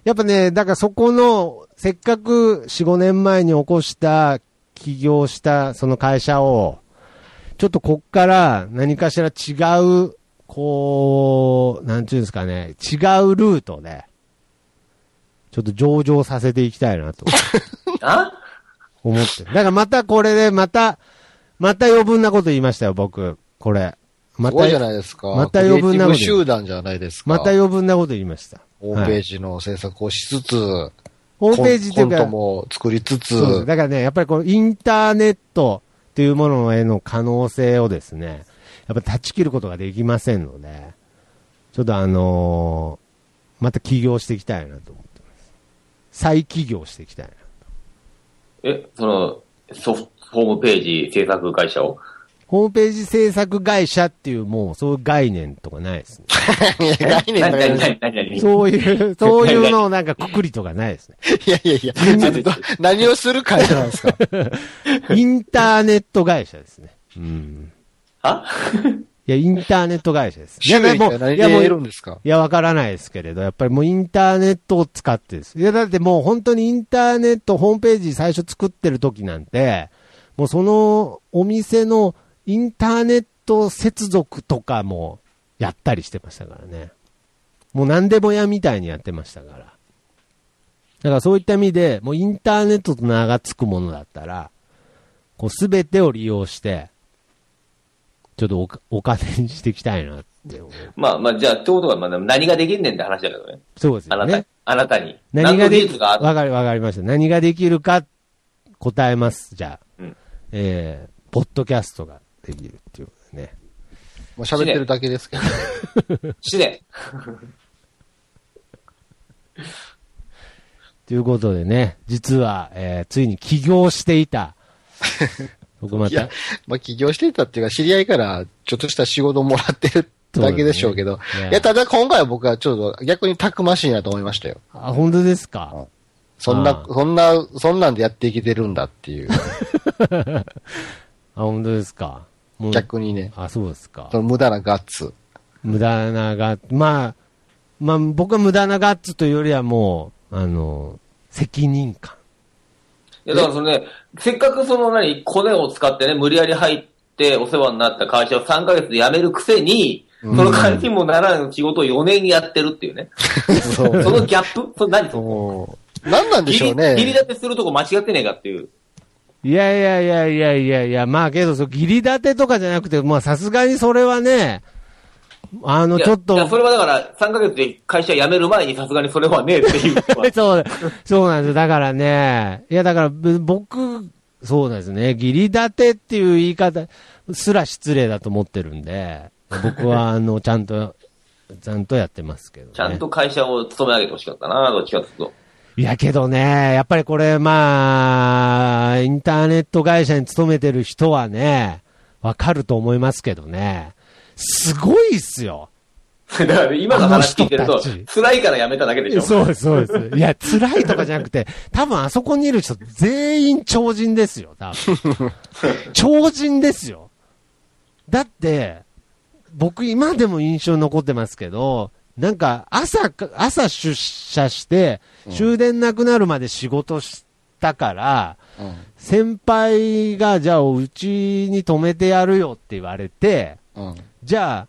B: やっぱね、だからそこの、せっかく4、5年前に起こした、起業したその会社を、ちょっとこっから何かしら違う、こう、なんちゅうんですかね、違うルートで、ちょっと上場させていきたいなと。
D: あ
B: 思ってる。だからまたこれで、また、また余分なこと言いましたよ、僕。これ。ます
C: ご
B: た
C: いじ、ゃないですか。
B: また余分な
C: ク
B: こと
C: リエイティブ集団じゃないですか。
B: また余分なこと言いました。
C: ホームペ
B: は
C: ー
B: い
C: ジの制作をしつつ、
B: ホームページっていう
C: コン
B: か
C: ト、も作りつつ、
B: そうですだからね、やっぱりこのインターネットっていうものへの可能性をですね、やっぱ断ち切ることができませんので、ちょっとあのーまた起業していきたいなと思ってます。再起業していきたいな。
D: え、その、ソフト、ホームページ制作会社を
B: ホームページ制作会社っていうもうそういう概念とかないですね。
C: 概念とか
D: 何
C: い
D: 何
C: や
D: 何何何
B: そう いう、そういうのをなんかくくりとかないですね。
C: いやいや、ど何をする会社なんですか
B: インターネット会社ですね。うん。
D: あ
B: いや、インターネット会社 です。い
C: 週
B: や、
C: 一回
B: う、
C: 何
B: いや、
C: で
B: う
C: いるんですか
B: いや、わからないですけれど、やっぱりもうインターネットを使ってです。いや、だってもう本当にインターネット、ホームページ最初作ってる時なんて、もうそのお店のインターネット接続とかもやったりしてましたからね。もう何でも屋みたいにやってましたから。だからそういった意味で、もうインターネットと名が付くものだったら、こうすべてを利用して、ちょっとおかお金にしていきたいなって思う。
D: まあまあ、じゃあ、ってことは、まあ、何ができんねんって話だけどね。
B: そうです
D: あ
B: よ
D: なた、
B: ね。
D: あなたに。
B: 何が
D: の技
B: でき
D: 術があっ
B: わかり、わかりました。何ができるか、答えます。じゃあ。
D: うん
B: えー、ポッドキャストができるっていうことでね。
C: もう喋ってるだけですけど。
D: 試練。
B: ということでね、実は、えー、ついに起業してい た。僕ま
C: いや
B: た、、
C: まあ、起業していたっていうか、知り合いからちょっとした仕事もらってるだけでしょうけど。
B: すね
C: いや、ただ今回は僕はちょっと逆にたくましいなと思いましたよ。
B: あ、本当ですか。
C: そんな
B: あ、ー
C: そんな、そんなんでやっていけてるんだっていう。
B: あ、本当ですか。もう
C: 逆にね。
B: あ、そうですか
C: そ。の無駄なガッツ。
B: 無駄なが、まあ、まあ、僕は無駄なガッツというよりはもう、あの、責任感。
D: いや、だからそのね、せっかくその何、コネを使ってね、無理やり入ってお世話になった会社を3ヶ月で辞めるくせに、その代わりにもならぬ仕事を4年やってるっていうね。
C: そ
D: そのギャップそれ何そこ
C: もう、何なんでしょうね。
D: 切り立てするとこ間違ってねえかっていう。
B: いやいやいやいやいやいや、まあけど、そう義理立てとかじゃなくて、まあさすがにそれはね、あの、
D: いや
B: ちょっと
D: い、やそれはだから、3ヶ月で会社辞める前にさすがにそれはねえっていうの は
B: そう、そうなんですよ。だからね、いやだから、ぶ僕、そうなんですね、義理立てっていう言い方すら失礼だと思ってるんで、僕は、あの、ちゃんと、ちゃんとやってますけど、ね。
D: ちゃんと会社を勤め上げてほしかったな、どっちかっていうと。
B: いやけどね、やっぱりこれ、まあ、インターネット会社に勤めてる人はね、わかると思いますけどね、すごいっすよ。
D: だから今の話聞いてる
B: あの
D: と
B: 人た、
D: 辛いから辞めただけでしょ。
B: そうです、そうです。いや、辛いとかじゃなくて、多分あそこにいる人全員超人ですよ、多分。 超人ですよ。だって、僕今でも印象に残ってますけど、なんか朝か、朝出社して、終電なくなるまで仕事したから、先輩が、じゃあ、うちに泊めてやるよって言われて、
C: うん。うん。
B: じゃ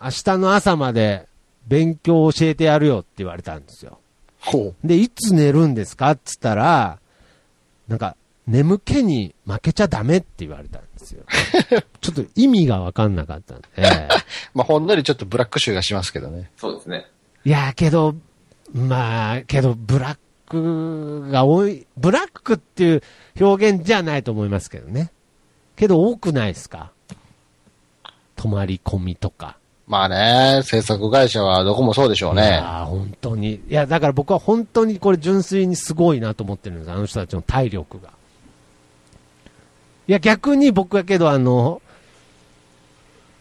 B: あ、明日の朝まで勉強を教えてやるよって言われたんですよ。
C: ほ
B: で、いつ寝るんですかっつったら、なんか、眠気に負けちゃダメって言われたんですよ。ちょっと意味がわかんなかったんで。
C: う。まあ、ほんのりちょっとブラック臭がしますけどね。
D: そうですね。
B: いや、けど、まあ、けど、ブラックが多い、ブラックっていう表現じゃないと思いますけどね。けど、多くないですか泊まり込みとか。
C: まあね、制作会社はどこもそうでしょう
B: い
C: ね。
B: やー本当に。いや、だから僕は本当にこれ純粋にすごいなと思ってるんです。あの人たちの体力が。いや、逆に僕はけど、あの、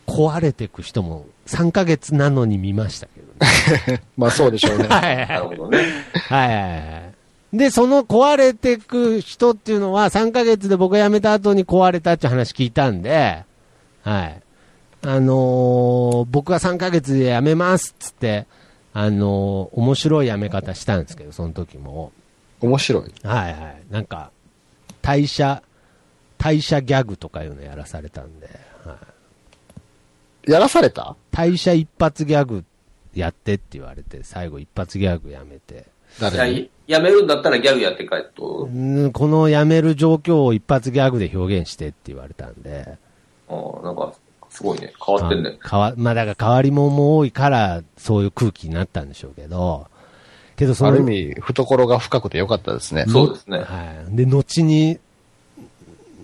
B: 壊れていく人も3ヶ月なのに見ましたけどね。
C: まあそうでしょうね。
B: はいはい
D: なるほどね。
B: はいはいはい。で、その壊れてく人っていうのは、3ヶ月で僕が辞めた後に壊れたっていう話聞いたんで、はい。あのー僕が3ヶ月で辞めますっつって、あのー面白い辞め方したんですけど、その時も。
C: 面白い。
B: はいはい。なんか、退社、退社ギャグとかいうのやらされたんで、はい、
C: やらされた
B: 退社一発ギャグやってって言われて、最後一発ギャグやめて。
D: いや
C: 誰に
D: いやめるんだったらギャグやって帰ってこと
B: うんこの辞める状況を一発ギャグで表現してって言われたんで、
D: ああ、なんか、すごいね。変わってんね。
B: あ変わまあ、だから変わり者も多いから、そういう空気になったんでしょうけど、けどそ
C: あ
B: の、
C: る意味、懐が深くてよかったですね。
D: そうですね。
B: はい、で後に、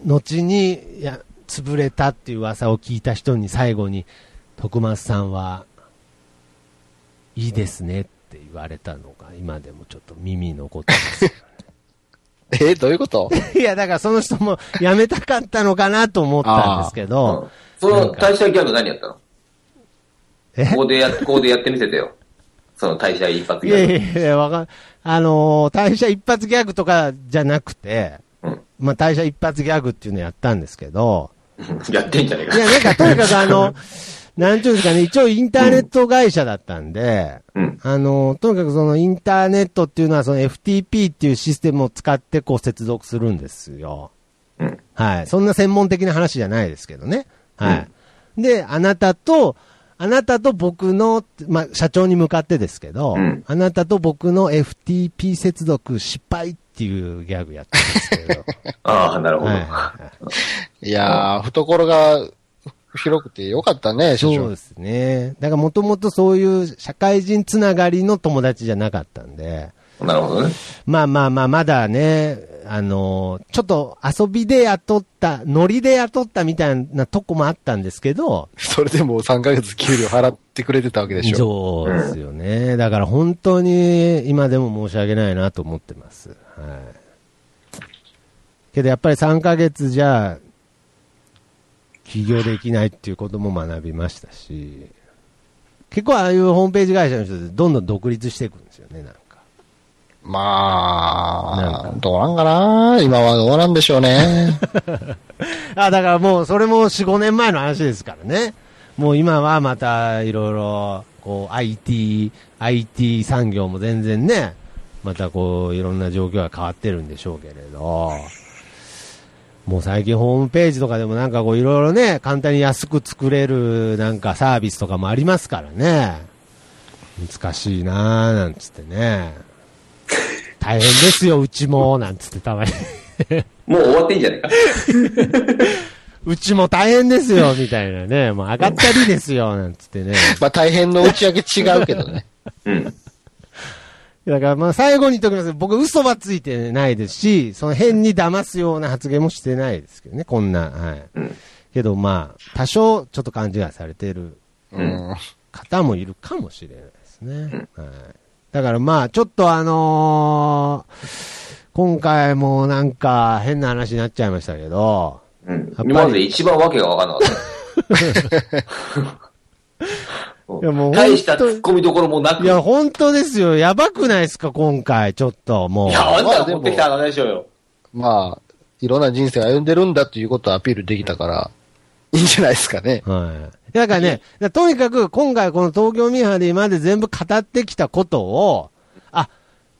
B: 後にいや潰れたっていう噂を聞いた人に最後に、徳松さんは、いいですねって言われたのが、今でもちょっと耳に残ってます。
C: えどういうこと
B: いや、だからその人も辞めたかったのかなと思ったんですけ
D: うん
B: ど、
D: そ
B: なん
D: の
B: か
D: 退社ギャグ何やったの
B: え
D: ここでや、ここでやってみせてよ。その退社一発
B: い
D: ギャ
B: や
D: グ。
B: いやいや、わかん、あのー、退社一発ギャグとかじゃなくて、
D: うん
B: まあ、退社一発ギャグっていうのやったんですけど、
D: やってん じゃねえ
B: い
D: か。
B: や、なんかとにかくあの、なんちゅうんですかね、一応インターネット会社だったんで、
D: うん。
B: あのー、とにかくそのインターネットっていうのはその FTP っていうシステムを使ってこう接続するんですよ。
D: うん。
B: はい。そんな専門的な話じゃないですけどね。はい。で、あなたと、あなたと僕の、まあ、社長に向かってですけど、
D: うん
B: あなたと僕の FTP 接続失敗っていうギャグやったんですけど。
D: ああ、な るほど。
B: はいはいはい
C: いやー、懐が広くてよかったね、社
B: そう
C: 長
B: で。すね。だからもともとそういう社会人つながりの友達じゃなかったんで、
D: なるほどね。
B: まあまあまあ、まだね、あのちょっと遊びで雇った、ノリで雇ったみたいなとこもあったんですけど、
C: それでもう3ヶ月給料払ってくれてたわけでしょ。
B: そうですよね。だから本当に今でも申し訳ないなと思ってます。はい。けどやっぱり3ヶ月じゃ、起業できないっていうことも学びましたし、結構ああいうホームページ会社の人ってどんどん独立していくんですよね、なんか。
C: ま
B: な
C: あ、どうなんかな今はどうなんでしょ うね。
B: あ、だからもうそれも4、5年前の話ですからね。もう今はまたいろいろ、こう IT、IT 産業も全然ね、またこういろんな状況が変わってるんでしょうけれど、もう最近ホームページとかでもなんかこういろいろね、簡単に安く作れるなんかサービスとかもありますからね。難しいなーなんつってね。大変ですよ、うちも、なんつってたまに。
D: もう終わってんじゃねえか。
B: うちも大変ですよ、みたいなね。 もう上がったりですよ、なんつ ってね。
C: まあ大変の打ち上げ違うけどね。
D: うん。
B: だからまあ最後に言っておきます。僕嘘はついてないですし、その変に騙すような発言もしてないですけどね、こんな。はい。
D: うん。
B: けどまあ、多少ちょっと勘違いされてる
C: うん。
B: 方もいるかもしれないですね。はい。だからまあ、ちょっとあのー今回もなんか変な話になっちゃいましたけど、
D: うん
B: ぱり
D: 今まで一番わけがわかんなかっ た。
B: いやもう
D: 大した突っ込みどころもなく。
B: い
D: いや、
B: や、本当ですよ。やばくないですか、今回。ちょっと、もう。
D: あんたが持ってきた話でしょうよ。
C: まあ、いろんな人生を歩んでるんだということをアピールできたから、いいんじゃないですかね。
B: はい。だからね、だからとにかく今回この東京ミーハーで今まで全部語ってきたことを、あ、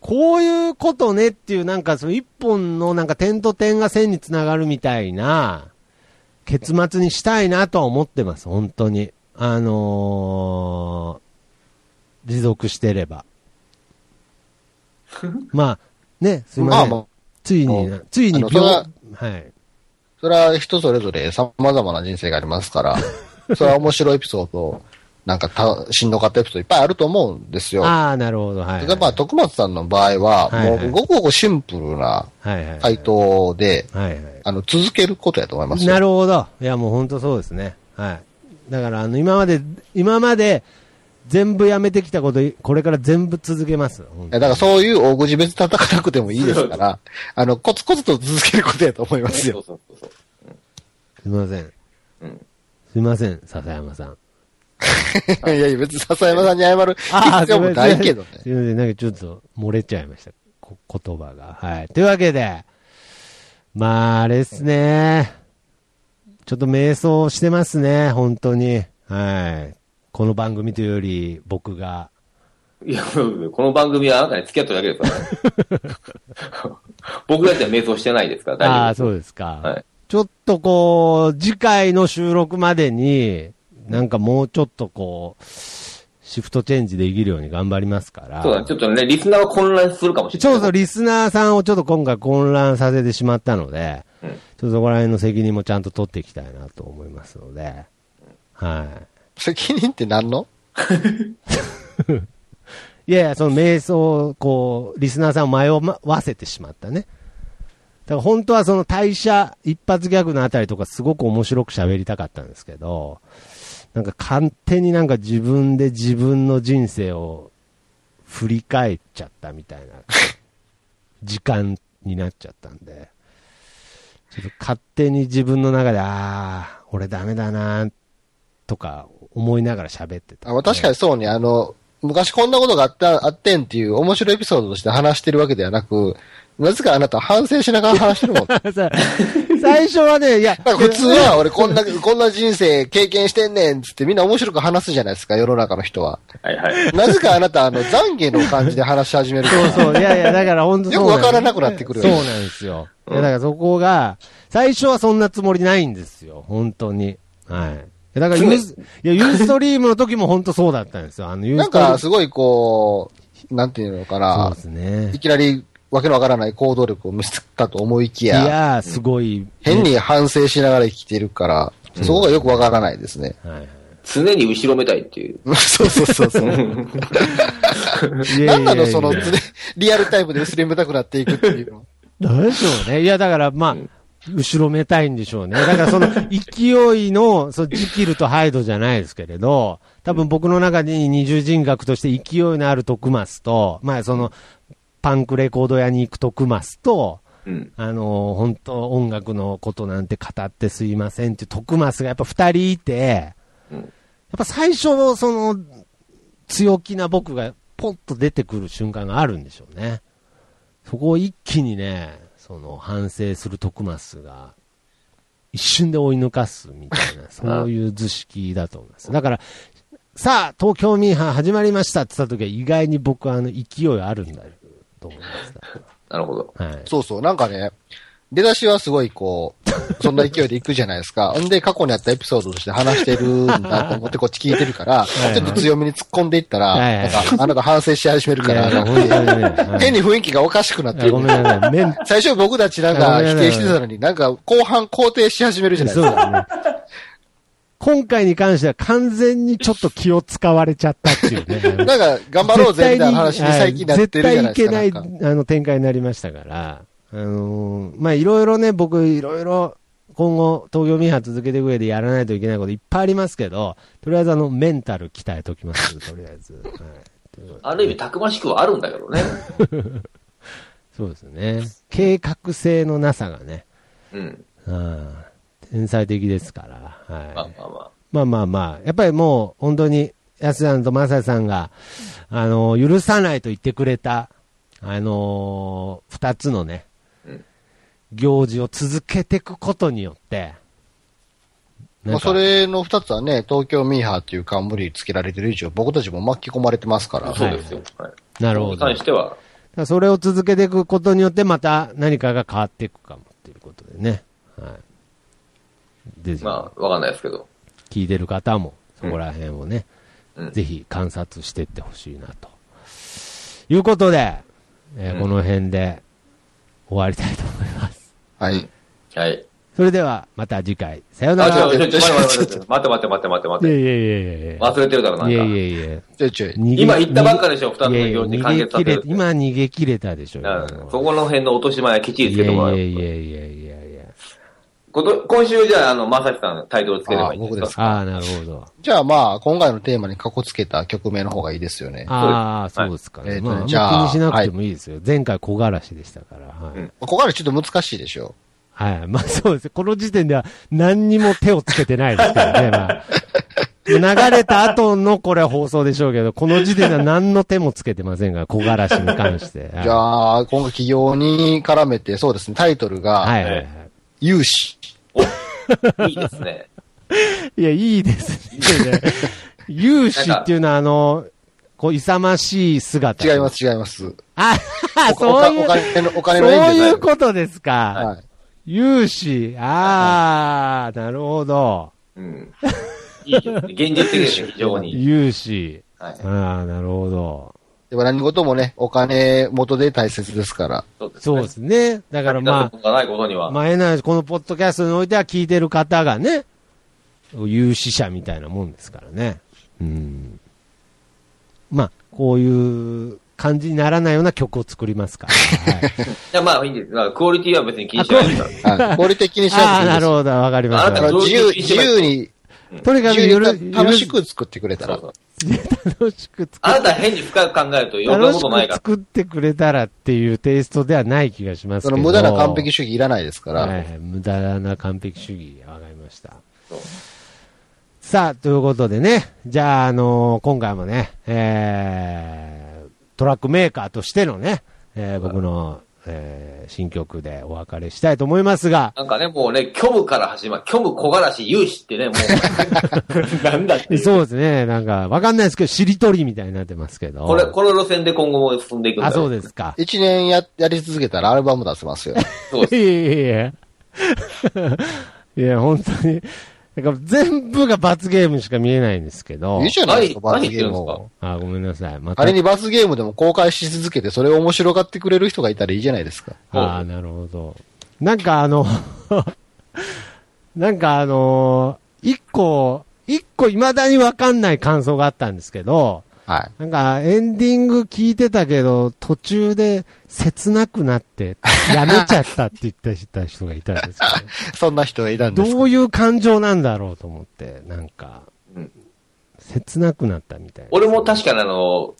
B: こういうことねっていうなんかその一本のなんか点と点が線につながるみたいな結末にしたいなとは思ってます、本当に。あのー、持続してれ ば。まあ、ね、すいま
C: ま
B: せ
C: あ
B: ん。
C: まあ、
B: ついに
C: も
B: な、ついに
C: あのそれは
B: はい。
C: それは人それぞれ様々な人生がありま すから、それは面白いエピソード、なんかたしんどかったエピソードいっぱいあると思うんですよ。
B: ああ、なるほど、はい、はい。
C: 例えば、徳松さんの場合は、
B: はいはい
C: もうごくごくシンプルな
B: はいはい。
C: 回。答で、
B: はいはい。
C: あの、続けることやと思いますよ。
B: なるほど。いや、もう本当そうですね。はい。だから、あの、今まで、今まで、全部やめてきたこと、これから全部続けます。本
C: い
B: 当
C: や
B: に
C: だからそういう大口別に叩かなくてもいいですから、あの、コツコツと続けることやと思います
D: そう
C: よ。
D: そうそうそう。
B: すいません。
D: うん
B: すいません、笹山 さん。
C: いやいや、別に笹山さんに謝 る必要もないけどね。
B: すいません、なんかちょっと漏れちゃいました。こ言葉が。はい。というわけで、まあ、あれですね。ちょっと迷走してますね、本当に。はい。この番組というより、僕が。
D: いや、 この番組はあなたに付き合ってるだけですから、ね、 僕たちは瞑想してないですから、
B: ああー、
D: 大丈夫
B: そうですか。
D: はい
B: ちょっとこう、次回の収録までに、なんかもうちょっとこう、シフトチェンジできるように頑張りますから。
D: そうだね、ちょっとね、リスナーは混乱するかもしれ
B: ち
D: な
B: ょ
D: い。
B: うどリスナーさんをちょっと今回混乱させてしまったので、
D: うん
B: ちょっとそこら辺の責任もちゃんと取っていきたいなと思いますので、は
C: 責任って何の
B: い。いやいや、その瞑想を、こう、リスナーさんを迷わせてしまったね。だから本当はその代謝、一発ギャグのあたりとかすごく面白く喋りたかったんですけど、なんか勝手になんか自分で自分の人生を振り返っちゃったみたいな時間になっちゃったんで、ちょっと勝手に自分の中で、ああ、俺ダメだな、とか思いながら喋ってた。
C: あまあ確かにそうに、あの、昔こんなことがあった、あってんっていう面白いエピソードとして話してるわけではなく、なぜかあなた反省しながら話し てるもん。だか
B: さ最初はね、いや、
C: ら普通は俺こんな、こんな人生経験してんねんっつってみんな面白く話すじゃないですか、世の中の人は。
D: はいはい。
C: なぜかあなた、あの、懺悔の感じで話し始めるから。
B: そうそう、いやいや、だから本当
C: よくわからなくなってくるよ
B: そう
C: ね
B: なんですよ。いやだからそこが、最初はそんなつもりないんですよ、本当に。はい。いやだからユース、いや、ユーストリームの時も本当そうだったんですよ。あの、ユー
C: なん
B: ストリー
C: か、
B: ム。
C: すごいこう、なんていうのか
B: そう
C: な
B: で、すね
C: い。きなり、わけのわからない行動力を見せたと思いき
B: い
C: や、
B: やー、すごい。
C: 変に反省しながら生きてるから、そこがよくわからないですね。
B: はいはい。
D: 常に後ろめたいっていう。
C: そうそうそうそう。 なん
B: いやいや
C: ない
B: や
C: のその、つねリアルタイムで薄れむたくなっていくっていうの。
B: なんでしょうね。いや、だから、まあ、後ろめたいんでしょうね。だから、その、勢いの、その、ジキルとハイドじゃないですけれど、多分僕の中に二重人格として勢いのある徳マスと、まあ、その、パンクレコード屋に行く徳マスと、
D: うん。
B: あの、本当音楽のことなんて語ってすいませんっていう徳マスがやっぱ二人いて、
D: うん
B: やっぱ最初、その、強気な僕がポンと出てくる瞬間があるんでしょうね。そこを一気にね、その反省する徳マスが、一瞬で追い抜かすみたい な、そういう図式だと思います。だから、さあ、東京ミーハー始まりましたって言った時は意外に僕はあの勢いあるんだと思いまし
D: なるほど。
B: た。はい。
C: そうそう、なんかね、出だしはすごいこう、そんな勢いでいくじゃないですか。ん で、過去にあったエピソードとして話してるんだと 思ってこっち聞いてるから、
B: い
C: ちょっと強めに突っ込んでいったら、
B: はいはい
C: なんかあなた反省し始める
B: い
C: か
B: や
C: ら、
B: いや
C: なんか
B: 本当にねはい
C: 変に雰囲気がおかしくなっ
B: い
C: て
B: やご
C: る
B: めん。なさい。メン
C: 最初僕たちなんか
B: いやごめ
C: 否
B: んなさい
C: 定してたのに、なんか後半肯定し始めるじゃない
B: そ
C: で
B: う
C: すか。
B: だね。今回に関しては完全にちょっと気を使われちゃったっていう ね。
C: なんか頑張ろうぜみたいな話に最近なってるじゃないですか。
B: はい絶対
C: なんか
B: いけない、あの、展開になりましたから、あのーまあ、いろいろね、僕、いろいろ、今後、東京ミーハー続けていく上でやらないといけないこといっぱいありますけど、とりあえずあの、メンタル鍛えときます、とりあえず。はいということで
D: ある意味、たくましくはあるんだけ どね。
B: そうですね。計画性のなさがね、
D: うん。
B: うん、天才的ですから、はい。
D: まあまあま
B: まあまあまあ、やっぱりもう本当に、安さんとマサさんが、あの、許さないと言ってくれた、あのー二つのね、
D: うん
B: 行事を続けていくことによって、
C: まあ、そ、れの二つはね、東京ミーハーっていう冠つけられてる以上、僕たちも巻き込まれてますから
D: あ。。そうですよ。はい。
B: なるほ
D: そ
B: ど。
D: れに関しては、
B: だからそれを続けていくことによって、また何かが変わっていくかもっていうことでね。はい。ですよね
D: まあ、わかんないですけど。
B: 聞いてる方も、そこら辺をね、
D: うん
B: ぜひ観察していってほしいなと。いうことで、えー
D: うん
B: この辺で終わりたいと思います。
C: はい。
D: はい。
B: それではまた次回、さような
D: あ、
B: ら。
D: 違、
B: いう
D: ちょ、ちょ、待って待って待って待って待って待
B: や
D: って
B: いやいやいやいや。
D: 待って。忘れてるだろ、なん
B: いやい
D: か。
B: やいや。
C: ちょいちょい。
B: 逃げ
D: 今言ったばっかでしょ、二つの
B: いやいや
D: 行事完
B: 逃げ
D: 結さ
B: 切
D: せ
B: れ
D: る。
B: 今逃げ切れたでしょ。
D: うんそこの辺の落とし前はきっちりつけてもら
B: い
D: う。
B: やいやいやいやいやいや。
D: こと今週じゃあ、あの、まさきさんタイトルつければいいんですか
C: あ僕です
B: ああ、なるほど。
C: じゃあまあ、今回のテーマにかこつけた曲名の方がいいですよね。
B: ああ、そうですか
C: は
B: ね。
C: い
B: まあ、あん
C: え
B: ま
C: ーと
B: 気
C: じゃあ
B: にしなくてもいいですよ。前回小枯らしでしたから。は
D: う
B: い
D: ん。
C: ここからちょっと難しいでしょ。
B: はい。まあ、そうです。この時点では何にも手をつけてないですからね。まあ、流れた後のこれは放送でしょうけど、この時点では何の手もつけてませんが、小枯らしに関して。
C: じ
B: あ、
C: ゃあ、今回企業に絡めて、そうですね、タイトル
B: はい
C: が、
B: はいはい。
C: 融資。
D: いいですね。
B: いや、いいですね。勇士っていうのは、あの、こう、勇ましい姿。
C: 違います、違います。
B: あ、
C: お
B: そういう
C: お、金の、お金の
B: そう
C: 縁じゃ
B: い。
C: ないう
B: ことですか。
C: はい。
B: 勇士、あー、なるほど。
D: うん。いいですね。現実的ですね、非 常に。
B: 勇士、
D: はい。
B: あー、なるほど。
C: でも何事もね、お金元で大切ですから。
D: そうですね。
B: そうですね。だから
D: ま
B: ま
D: あ。がないことには。
B: あ、まあ、えないこのポッドキャストにおいては聞いてる方がね、有志者みたいなもんですからね。うん。まあ、こういう感じにならないような曲を作りますから。はい、
D: いや、まあいいんです。だからクオリティは別に気にしないですから。
C: はい。合理的にしな
B: ああ、
C: くていい
B: な
C: で
B: る
C: す。
B: ほど、わかりま
D: あ
B: し
D: な
C: だ
D: た
C: から
B: た。
C: 自由、自由に、
B: とにかく
C: 自
B: ゆる
C: 由に楽しく作ってくれた
D: そう
C: ら
D: そ。う
B: 楽しく作
D: あな
B: っ、
D: た変に深く考えると余計な
B: 楽
D: こ
B: し
D: とない
B: く
D: か
B: 作ってくれたらっていうテイストではない気がします
C: そ
B: けど。
C: の無駄な完璧主義いらないですから。
B: はいはい、無駄な完璧主義、わかりました。
D: ら。
B: さあ、ということでね、じゃあ、あのー今回もね、えー、トラックメーカーとしてのね、えー僕の、えー新曲でお別れしたいと思いますが、
D: なんかね、もうね、虚無から始まる。虚無小枯らし、勇士ってね、もう。なんだっていう。
B: そうですね、なんか、わかんないですけど、しりとりみたいになってますけど。
D: これ、この路線で今後も進んでいくんだ
B: あ、
D: ろ
B: そうですか。
C: 一年や、やり続けたらアルバム出せます よ。
D: そうです。
B: いやいやいや。いや、本当に。なんか全部が罰ゲームしか見えないんですけど
C: いい。じゃないですか、
D: 何
C: 罰ゲーム
D: 何言ってるん
C: を。
B: あ、ごめんなさい。また。
C: 仮に罰ゲームでも公開し続けて、それを面白がってくれる人がいたらいいじゃないですか。
B: ああ、なるほど。なんかあの、 なんかあのー一個、一個未だにわかんない感想があったんですけど、
C: はい。
B: なんかエンディング聞いてたけど、途中で切なくなって、やめちゃったって言ってた人がいたんですけど。
C: そんな人がいたんです か
B: どういう感情なんだろうと思って、なんか
D: うん、
B: 切なくなったみたいな。
D: 俺も確かにあの、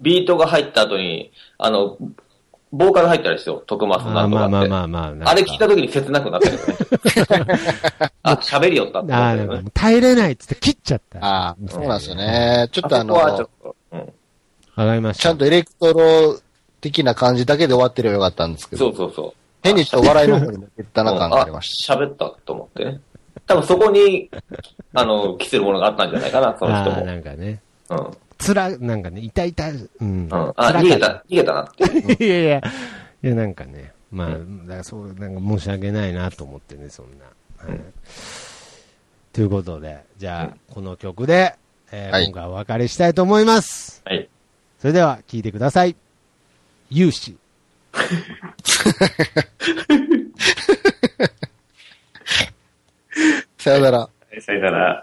D: ビートが入った後に、あの、ボーカル入ったらですよ、徳松
B: ま
D: な
B: あ
D: んと
B: ま
D: か
B: あ
D: って。
B: まあまあまあ。なんか
D: あれ聞いた時に切なくなったけどね。 あ、喋りよったって
B: ああ、な
D: 思っ
B: んか
D: たよ
B: も
D: ね。
B: う耐えれないっつって切っちゃった。わ
C: ああ、そうなんですよね。ちょっとあ
D: そこはちょ
C: の
D: っ、とうん
B: かりました。
C: ちゃんとエレクトロ的な感じだけで終わってればよかったんですけ
D: そ
C: ど
D: う、そうそう。
C: 変にちょっと笑いの方に持ってったな感がありまし
D: あ喋ったと思ってね。多分そこに、あの、来てるものがあったんじゃないかな、その人
B: ああ、
D: も。
B: なんかね。
D: うん。うん。
B: つら、なんかね、痛い痛い、うん。
D: あ、
B: 辛か
D: 逃げ、
B: った
D: 逃げたなっ て。
B: た。いやいや、いやなんかね、まあ、だからそう、なんか申し訳ないなと思ってね、そんな。はいということで、じゃあ、この曲で、えー
C: はい
B: 今回お別れしたいと思います。
D: はい。
B: それでは聴いてください。勇士。
C: た。さよなら。
D: さよなら。